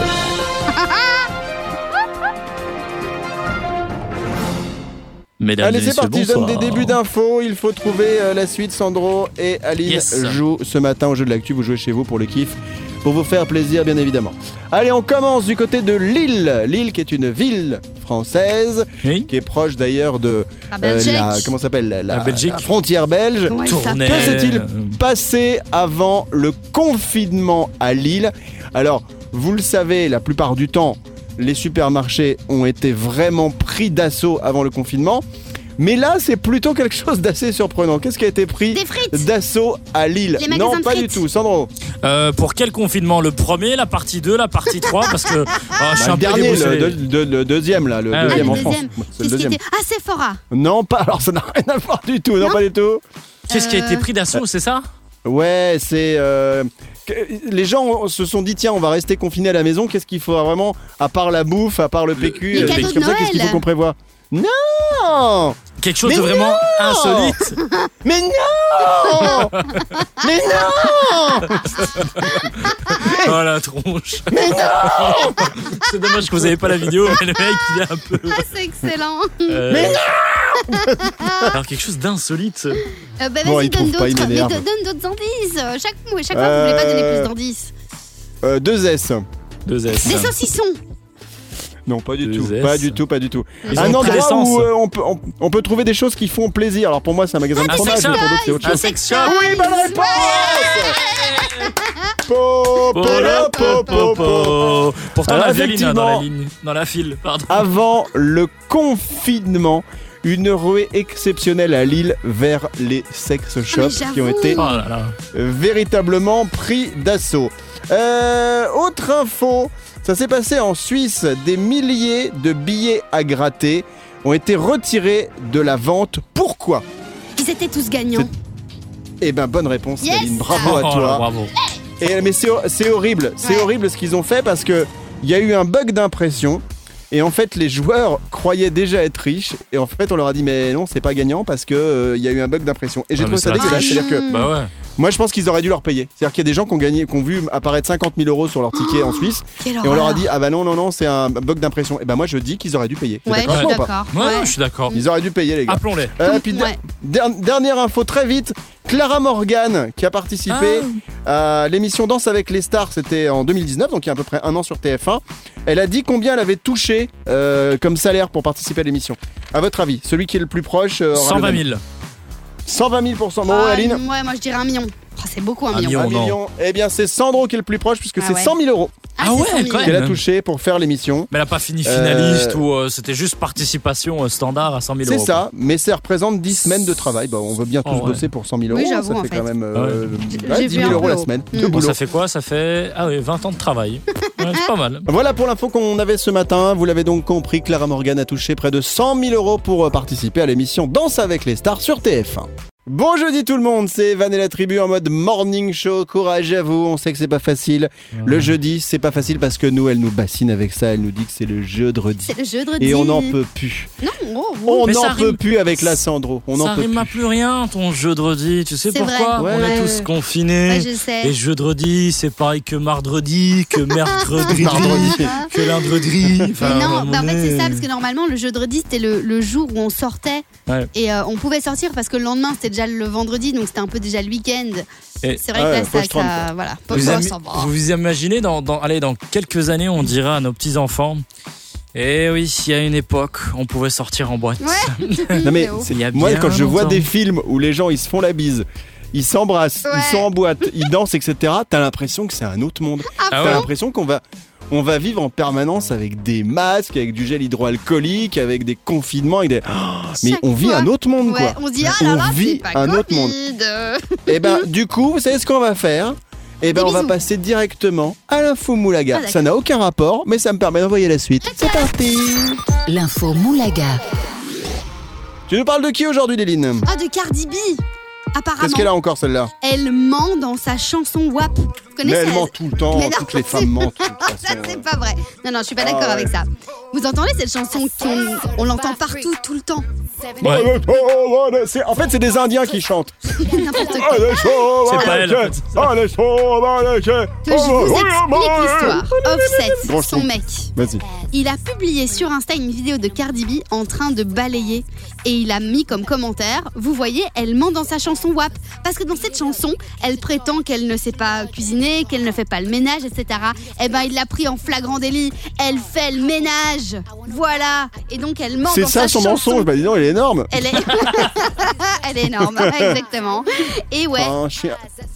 [SPEAKER 3] Mesdames
[SPEAKER 2] Allez,
[SPEAKER 3] et
[SPEAKER 2] c'est
[SPEAKER 3] messieurs,
[SPEAKER 2] parti, je donne des
[SPEAKER 3] bonsoir.
[SPEAKER 2] débuts d'infos. Il faut trouver euh, la suite. Sandro et Aline
[SPEAKER 3] Yes.
[SPEAKER 2] jouent ce matin au jeu de l'actu. Vous jouez chez vous pour le kiff, pour vous faire plaisir, bien évidemment. Allez, on commence du côté de Lille. Lille, qui est une ville française,
[SPEAKER 3] Oui.
[SPEAKER 2] qui est proche d'ailleurs de
[SPEAKER 1] Ah,
[SPEAKER 2] euh,
[SPEAKER 1] Belgique.
[SPEAKER 2] la, comment ça s'appelle la,
[SPEAKER 3] La Belgique.
[SPEAKER 2] la frontière belge.
[SPEAKER 1] Comment elle
[SPEAKER 3] Tournez.
[SPEAKER 1] s'appelle
[SPEAKER 2] Que s'est-il
[SPEAKER 3] Euh,
[SPEAKER 2] passé avant le confinement à Lille Alors, vous le savez, la plupart du temps, les supermarchés ont été vraiment pris d'assaut avant le confinement. Mais là, c'est plutôt quelque chose d'assez surprenant. Qu'est-ce qui a été pris
[SPEAKER 1] Des frites
[SPEAKER 2] d'assaut à Lille
[SPEAKER 1] Les magasins
[SPEAKER 2] Non,
[SPEAKER 1] de
[SPEAKER 2] pas du
[SPEAKER 1] frites.
[SPEAKER 2] tout, Sandro.
[SPEAKER 3] Euh, pour quel confinement Le premier, la partie 2, la partie 3 Parce que ah, je suis
[SPEAKER 2] Bah, le
[SPEAKER 3] un peu
[SPEAKER 2] dernier, le,
[SPEAKER 3] déboussolé.
[SPEAKER 2] deux- le deuxième, là, le
[SPEAKER 3] Ah,
[SPEAKER 2] deuxième
[SPEAKER 3] oui.
[SPEAKER 2] en
[SPEAKER 1] Ah, le
[SPEAKER 2] France.
[SPEAKER 1] deuxième.
[SPEAKER 2] C'est le
[SPEAKER 1] Qu'est-ce qui
[SPEAKER 2] deuxième.
[SPEAKER 1] était Ah, Sephora
[SPEAKER 2] Non, pas. Alors, ça n'a rien à voir du tout. Non,
[SPEAKER 1] Non.
[SPEAKER 2] pas du tout.
[SPEAKER 3] Qu'est-ce qui a été
[SPEAKER 1] Euh,
[SPEAKER 3] pris d'assaut, c'est ça
[SPEAKER 2] Ouais, c'est. euh, que- Les gens se sont dit, tiens, on va rester confiné à la maison, qu'est-ce qu'il faudra vraiment, à part la bouffe, à part le PQ,
[SPEAKER 1] Les
[SPEAKER 2] euh,
[SPEAKER 1] cadeaux
[SPEAKER 2] des trucs
[SPEAKER 1] de
[SPEAKER 2] comme ça, qu'est-ce qu'il faut
[SPEAKER 1] Noël.
[SPEAKER 2] qu'on prévoit Non
[SPEAKER 3] Quelque chose
[SPEAKER 2] Mais
[SPEAKER 3] de vraiment insolite
[SPEAKER 2] Mais
[SPEAKER 1] <laughs>
[SPEAKER 2] non Mais non
[SPEAKER 3] Oh la tronche <laughs> C'est dommage que vous n'avez pas la vidéo, mais le mec il est un peu.
[SPEAKER 1] Ah,
[SPEAKER 2] <laughs>
[SPEAKER 1] c'est excellent
[SPEAKER 3] euh,
[SPEAKER 2] Mais
[SPEAKER 3] <laughs> Alors quelque chose d'insolite.
[SPEAKER 1] Euh, bah,
[SPEAKER 2] Bon, il
[SPEAKER 1] Vas-y, donne
[SPEAKER 2] trouve pas, il
[SPEAKER 1] d'autres mais
[SPEAKER 2] m'énerve.
[SPEAKER 1] do- donne d'autres indices Euh, Chaque mois, chaque fois, vous voulez pas donner
[SPEAKER 2] Euh,
[SPEAKER 1] plus d'indices.
[SPEAKER 2] Euh, Deux S.
[SPEAKER 3] Deux S.
[SPEAKER 1] Des saucissons
[SPEAKER 2] Ah, Non, pas du
[SPEAKER 3] Deux
[SPEAKER 2] tout.
[SPEAKER 3] S.
[SPEAKER 2] Pas du tout, pas du tout.
[SPEAKER 3] Ils
[SPEAKER 2] un
[SPEAKER 3] ont pris
[SPEAKER 2] endroit
[SPEAKER 3] l'essence.
[SPEAKER 2] où euh, on, peut, on, on peut trouver des choses qui font plaisir. Alors pour moi, c'est un
[SPEAKER 1] Ah,
[SPEAKER 2] magasin de
[SPEAKER 3] Un
[SPEAKER 2] fromage,
[SPEAKER 3] sex
[SPEAKER 2] mais pour
[SPEAKER 3] shop.
[SPEAKER 2] d'autres, c'est autre
[SPEAKER 3] Un
[SPEAKER 2] chose. Ah
[SPEAKER 3] sex shop
[SPEAKER 2] Oui, bonne
[SPEAKER 1] <laughs>
[SPEAKER 2] réponse Po, po, la, po, po, po.
[SPEAKER 3] Pourtant
[SPEAKER 2] Alors,
[SPEAKER 3] la violine hein,
[SPEAKER 2] effectivement.
[SPEAKER 3] dans
[SPEAKER 2] Ah
[SPEAKER 3] la ligne, dans la file, pardon.
[SPEAKER 2] avant le confinement une ruée exceptionnelle à Lille vers les sex shops
[SPEAKER 1] Ah, mais
[SPEAKER 2] qui ont
[SPEAKER 1] j'avoue.
[SPEAKER 2] été
[SPEAKER 3] Oh là là.
[SPEAKER 2] véritablement pris d'assaut. Euh, autre info, ça s'est passé en Suisse, des milliers de billets à gratter ont été retirés de la vente. Pourquoi
[SPEAKER 1] Ils étaient tous gagnants.
[SPEAKER 2] Eh ben bonne réponse
[SPEAKER 1] Yes.
[SPEAKER 2] Aline, bravo à
[SPEAKER 3] Oh là,
[SPEAKER 2] toi.
[SPEAKER 3] bravo.
[SPEAKER 2] Et, mais c'est, c'est horrible, c'est
[SPEAKER 1] Ouais.
[SPEAKER 2] horrible ce qu'ils ont fait parce que il y a eu un bug d'impression. Et en fait, les joueurs croyaient déjà être riches. Et en fait, on leur a dit, mais non, c'est pas gagnant parce que euh, il y a eu un bug d'impression. Et j'ai
[SPEAKER 3] Ouais,
[SPEAKER 2] trouvé
[SPEAKER 3] mais
[SPEAKER 2] ça
[SPEAKER 3] c'est
[SPEAKER 2] dégueulasse.
[SPEAKER 1] la
[SPEAKER 2] C'est-à-dire que
[SPEAKER 1] triche.
[SPEAKER 3] Bah ouais.
[SPEAKER 2] moi, je pense qu'ils auraient dû leur payer. C'est-à-dire qu'il y a des gens qui ont, gagné, qui ont vu apparaître 50 000 euros sur leur ticket en Suisse.
[SPEAKER 1] Quelle
[SPEAKER 2] Et on leur a
[SPEAKER 1] horreur.
[SPEAKER 2] dit, ah bah non, non, non, c'est un bug d'impression. Et bah moi, je dis qu'ils auraient dû payer. T'es
[SPEAKER 1] Ouais,
[SPEAKER 2] d'accord
[SPEAKER 1] je suis
[SPEAKER 2] avec moi ou pas
[SPEAKER 1] d'accord.
[SPEAKER 3] Ouais,
[SPEAKER 1] Ouais.
[SPEAKER 3] je suis d'accord.
[SPEAKER 2] Ils auraient dû payer, les gars.
[SPEAKER 3] Appelons-les.
[SPEAKER 2] Euh, puis de-
[SPEAKER 1] Ouais.
[SPEAKER 2] der- dernière info très vite, Clara Morgan qui a
[SPEAKER 1] Ah.
[SPEAKER 2] participé à l'émission Danse avec les stars, c'était en 2019, donc il y a à peu près un an sur TF1. Elle a dit combien elle avait touché euh, comme salaire pour participer à l'émission. À votre avis, celui qui est le plus proche euh, aura le même.
[SPEAKER 3] 120 000.
[SPEAKER 2] 120 000 Bravo,
[SPEAKER 1] Ah,
[SPEAKER 2] Aline.
[SPEAKER 1] Ouais, moi je dirais un million. Ah, c'est beaucoup un
[SPEAKER 3] Un
[SPEAKER 1] million.
[SPEAKER 3] million.
[SPEAKER 2] Un
[SPEAKER 3] non.
[SPEAKER 2] million. Eh bien, c'est Sandro qui est le plus proche puisque
[SPEAKER 1] Ah
[SPEAKER 2] c'est
[SPEAKER 1] ouais.
[SPEAKER 2] 100 000 euros
[SPEAKER 3] Ah
[SPEAKER 1] c'est
[SPEAKER 3] ouais,
[SPEAKER 1] 100 000.
[SPEAKER 3] quand même.
[SPEAKER 2] qu'elle a
[SPEAKER 3] même.
[SPEAKER 2] touché pour faire l'émission.
[SPEAKER 3] Mais elle n'a pas fini
[SPEAKER 2] Euh,
[SPEAKER 3] finaliste ou euh, c'était juste participation euh, standard à 100 000
[SPEAKER 2] C'est
[SPEAKER 3] euros. quoi.
[SPEAKER 2] ça, mais ça représente 10 semaines de travail. Bah, on veut bien tous
[SPEAKER 3] Oh, ouais.
[SPEAKER 2] bosser pour 100 000 euros.
[SPEAKER 1] Oui,
[SPEAKER 2] ça
[SPEAKER 1] j'avoue, en
[SPEAKER 2] fait,
[SPEAKER 1] fait.
[SPEAKER 2] quand même euh,
[SPEAKER 1] J'ai-
[SPEAKER 2] ouais,
[SPEAKER 1] j'ai
[SPEAKER 2] 10
[SPEAKER 1] vu
[SPEAKER 2] 000
[SPEAKER 1] un
[SPEAKER 2] euros
[SPEAKER 1] peu
[SPEAKER 2] la
[SPEAKER 1] haut.
[SPEAKER 2] semaine
[SPEAKER 1] Mm.
[SPEAKER 2] de
[SPEAKER 1] Bon,
[SPEAKER 3] Bon,
[SPEAKER 2] boulot.
[SPEAKER 3] ça fait quoi Ça fait ah oui, 20 ans
[SPEAKER 2] <laughs>
[SPEAKER 3] de travail. Ouais, c'est pas mal.
[SPEAKER 2] Voilà pour l'info qu'on avait ce matin. Vous l'avez donc compris, Clara Morgan a touché près de 100 000 euros pour euh, participer à l'émission Danse avec les stars sur TF1. Bon jeudi tout le monde, c'est Van et la tribu en mode morning show. Courage à vous, on sait que c'est pas facile. Le jeudi, c'est pas facile parce que nous, elle nous bassine avec ça. Elle nous dit que c'est le jeu de redis.
[SPEAKER 1] C'est le jeu de redis.
[SPEAKER 2] Et on n'en peut plus.
[SPEAKER 1] Non, oh, oh.
[SPEAKER 2] On
[SPEAKER 3] Mais ça
[SPEAKER 2] n'en
[SPEAKER 3] rime-
[SPEAKER 2] peut plus avec la Sandro. On
[SPEAKER 3] ça
[SPEAKER 2] n'en peut
[SPEAKER 3] rime à
[SPEAKER 2] plus.
[SPEAKER 3] plus rien ton jeu de redis. Tu sais
[SPEAKER 1] C'est
[SPEAKER 3] pourquoi
[SPEAKER 2] vrai.
[SPEAKER 3] On
[SPEAKER 2] Ouais.
[SPEAKER 3] est tous confinés.
[SPEAKER 1] Ouais, Bah, je sais.
[SPEAKER 3] Et jeudi, c'est pareil que mardredi,
[SPEAKER 1] <laughs>
[SPEAKER 3] que mercredi,
[SPEAKER 1] Ah.
[SPEAKER 2] Mardredi.
[SPEAKER 3] que lundredi.
[SPEAKER 1] Mais
[SPEAKER 3] Enfin,
[SPEAKER 1] non,
[SPEAKER 3] on
[SPEAKER 1] bah en fait
[SPEAKER 3] est-
[SPEAKER 1] c'est ça parce que normalement le jeu de redis c'était le, le jour où on sortait
[SPEAKER 3] Ouais.
[SPEAKER 1] et euh, on pouvait sortir parce que le lendemain c'était déjà le vendredi donc c'était un peu déjà le week-end.
[SPEAKER 3] Et-
[SPEAKER 1] C'est vrai
[SPEAKER 2] Ah
[SPEAKER 1] que là
[SPEAKER 2] ouais,
[SPEAKER 1] ça,
[SPEAKER 2] post-trente,
[SPEAKER 1] ça- voilà.
[SPEAKER 3] Vous,
[SPEAKER 1] Post-trente,
[SPEAKER 3] ami-
[SPEAKER 1] Oh, ça va.
[SPEAKER 3] vous imaginez, dans, dans- allez, dans quelques années, on dira à nos petits-enfants Eh oui, il y a une époque, on pouvait sortir en boîte.
[SPEAKER 2] <laughs>
[SPEAKER 1] Ouais.
[SPEAKER 2] Non mais
[SPEAKER 1] C'est ouf.
[SPEAKER 2] c'est-
[SPEAKER 3] Il y a
[SPEAKER 2] moi
[SPEAKER 3] bien
[SPEAKER 2] quand je vois
[SPEAKER 3] longtemps.
[SPEAKER 2] des films où les gens ils se font la bise, ils s'embrassent,
[SPEAKER 1] Ouais.
[SPEAKER 2] ils sont en boîte, ils dansent etc. T'as l'impression que c'est un autre monde.
[SPEAKER 3] Ah
[SPEAKER 2] T'as
[SPEAKER 3] ouais
[SPEAKER 2] l'impression qu'on va on va vivre en permanence avec des masques, avec du gel hydroalcoolique, avec des confinements, avec des... Oh, mais
[SPEAKER 1] Chaque
[SPEAKER 2] on vit
[SPEAKER 1] fois.
[SPEAKER 2] un autre monde
[SPEAKER 1] Ouais,
[SPEAKER 2] quoi.
[SPEAKER 1] on se dit ah là
[SPEAKER 2] On
[SPEAKER 1] là
[SPEAKER 2] vit
[SPEAKER 1] c'est pas
[SPEAKER 2] un autre monde.
[SPEAKER 1] Covid. Euh,
[SPEAKER 2] Et ben du coup, vous savez ce qu'on va faire Eh ben
[SPEAKER 1] Des
[SPEAKER 2] on va
[SPEAKER 1] bisous.
[SPEAKER 2] passer directement à l'info Moulaga.
[SPEAKER 1] Ah, d'accord.
[SPEAKER 2] Ça n'a aucun rapport, mais ça me permet d'envoyer la suite. C'est parti.
[SPEAKER 4] L'info Moulaga.
[SPEAKER 2] Tu nous parles de qui aujourd'hui, Léline
[SPEAKER 1] Ah de Cardi B.
[SPEAKER 2] Qu'est-ce
[SPEAKER 1] Apparemment
[SPEAKER 2] qu'elle a encore celle-là
[SPEAKER 1] elle ment dans sa chanson WAP. Vous
[SPEAKER 2] Mais
[SPEAKER 1] connaissez
[SPEAKER 2] elle ment tout le temps,
[SPEAKER 1] Mais non,
[SPEAKER 2] toutes les
[SPEAKER 1] c'est-
[SPEAKER 2] femmes mentent. de toute
[SPEAKER 1] <laughs> Ah, ça
[SPEAKER 2] façon.
[SPEAKER 1] c'est pas vrai. Non non je suis pas d'accord
[SPEAKER 2] Ah,
[SPEAKER 1] avec
[SPEAKER 2] ouais.
[SPEAKER 1] ça. Vous entendez cette chanson qu'on on l'entend partout tout le temps. <laughs>
[SPEAKER 3] Ouais.
[SPEAKER 2] Oh, C'est- En fait, c'est des Indiens qui chantent.
[SPEAKER 1] N'importe
[SPEAKER 2] Oh,
[SPEAKER 1] quoi.
[SPEAKER 3] C'est pas elle, en fait, c'est ça.
[SPEAKER 1] Que je
[SPEAKER 2] Oh,
[SPEAKER 1] vous explique l'histoire.
[SPEAKER 2] Gros
[SPEAKER 1] Offset, son
[SPEAKER 2] chou.
[SPEAKER 1] mec,
[SPEAKER 2] bah, Vas-y.
[SPEAKER 1] il a publié sur Insta une vidéo de Cardi B en train de balayer et il a mis comme commentaire Vous voyez, elle ment dans sa chanson WAP. Parce que dans cette chanson, elle prétend qu'elle ne sait pas cuisiner, qu'elle ne fait pas le ménage, etc. Eh ben, il l'a pris en flagrant délit. Elle fait le ménage. Voilà. Et donc, elle ment
[SPEAKER 2] C'est
[SPEAKER 1] dans
[SPEAKER 2] ça
[SPEAKER 1] sa
[SPEAKER 2] son
[SPEAKER 1] chanson.
[SPEAKER 2] mensonge. Bah dis donc, il est énorme.
[SPEAKER 1] Elle est... elle est énorme, exactement. Et ouais,
[SPEAKER 2] Oh, je, suis,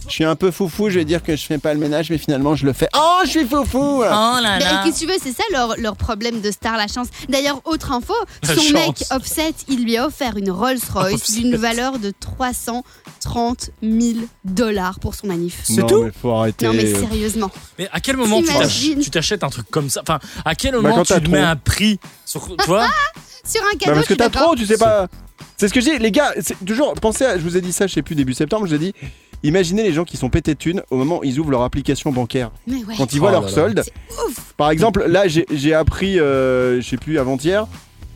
[SPEAKER 2] je suis un peu foufou, je vais dire que je fais pas le ménage, mais finalement je le fais. Oh, je suis foufou voilà.
[SPEAKER 1] Mais qu'est-ce que Ben, tu veux, c'est ça leur, leur problème de star, la chance. D'ailleurs, autre info,
[SPEAKER 3] La
[SPEAKER 1] son
[SPEAKER 3] chance.
[SPEAKER 1] mec Offset, il lui a offert une Rolls Royce
[SPEAKER 3] Offset.
[SPEAKER 1] d'une valeur de 330 000 dollars pour son manif.
[SPEAKER 3] C'est
[SPEAKER 2] Non,
[SPEAKER 3] tout
[SPEAKER 2] mais faut arrêter.
[SPEAKER 1] Non mais sérieusement.
[SPEAKER 3] Mais à quel moment tu t'ach-
[SPEAKER 1] T'imagines.
[SPEAKER 3] tu t'achètes un truc comme ça Enfin, à quel moment
[SPEAKER 2] Bah, quand
[SPEAKER 3] tu
[SPEAKER 2] t'as
[SPEAKER 3] te mets
[SPEAKER 2] trop.
[SPEAKER 3] un prix sur, tu
[SPEAKER 2] <laughs>
[SPEAKER 3] vois
[SPEAKER 1] Sur un
[SPEAKER 2] Bah,
[SPEAKER 1] cadeau,
[SPEAKER 2] parce que
[SPEAKER 1] tu
[SPEAKER 2] t'as
[SPEAKER 1] vas
[SPEAKER 2] trop, tu sais pas. C'est ce que je dis, les gars, c'est toujours, pensez à, je vous ai dit ça, je sais plus, début septembre, je vous ai dit, imaginez les gens qui sont pétés de thunes au moment où ils ouvrent leur application bancaire.
[SPEAKER 1] Mais ouais.
[SPEAKER 2] quand ils voient
[SPEAKER 3] Oh là
[SPEAKER 2] leur
[SPEAKER 3] là.
[SPEAKER 2] solde. Par exemple, là, j'ai j'ai appris, euh, je sais plus, avant-hier,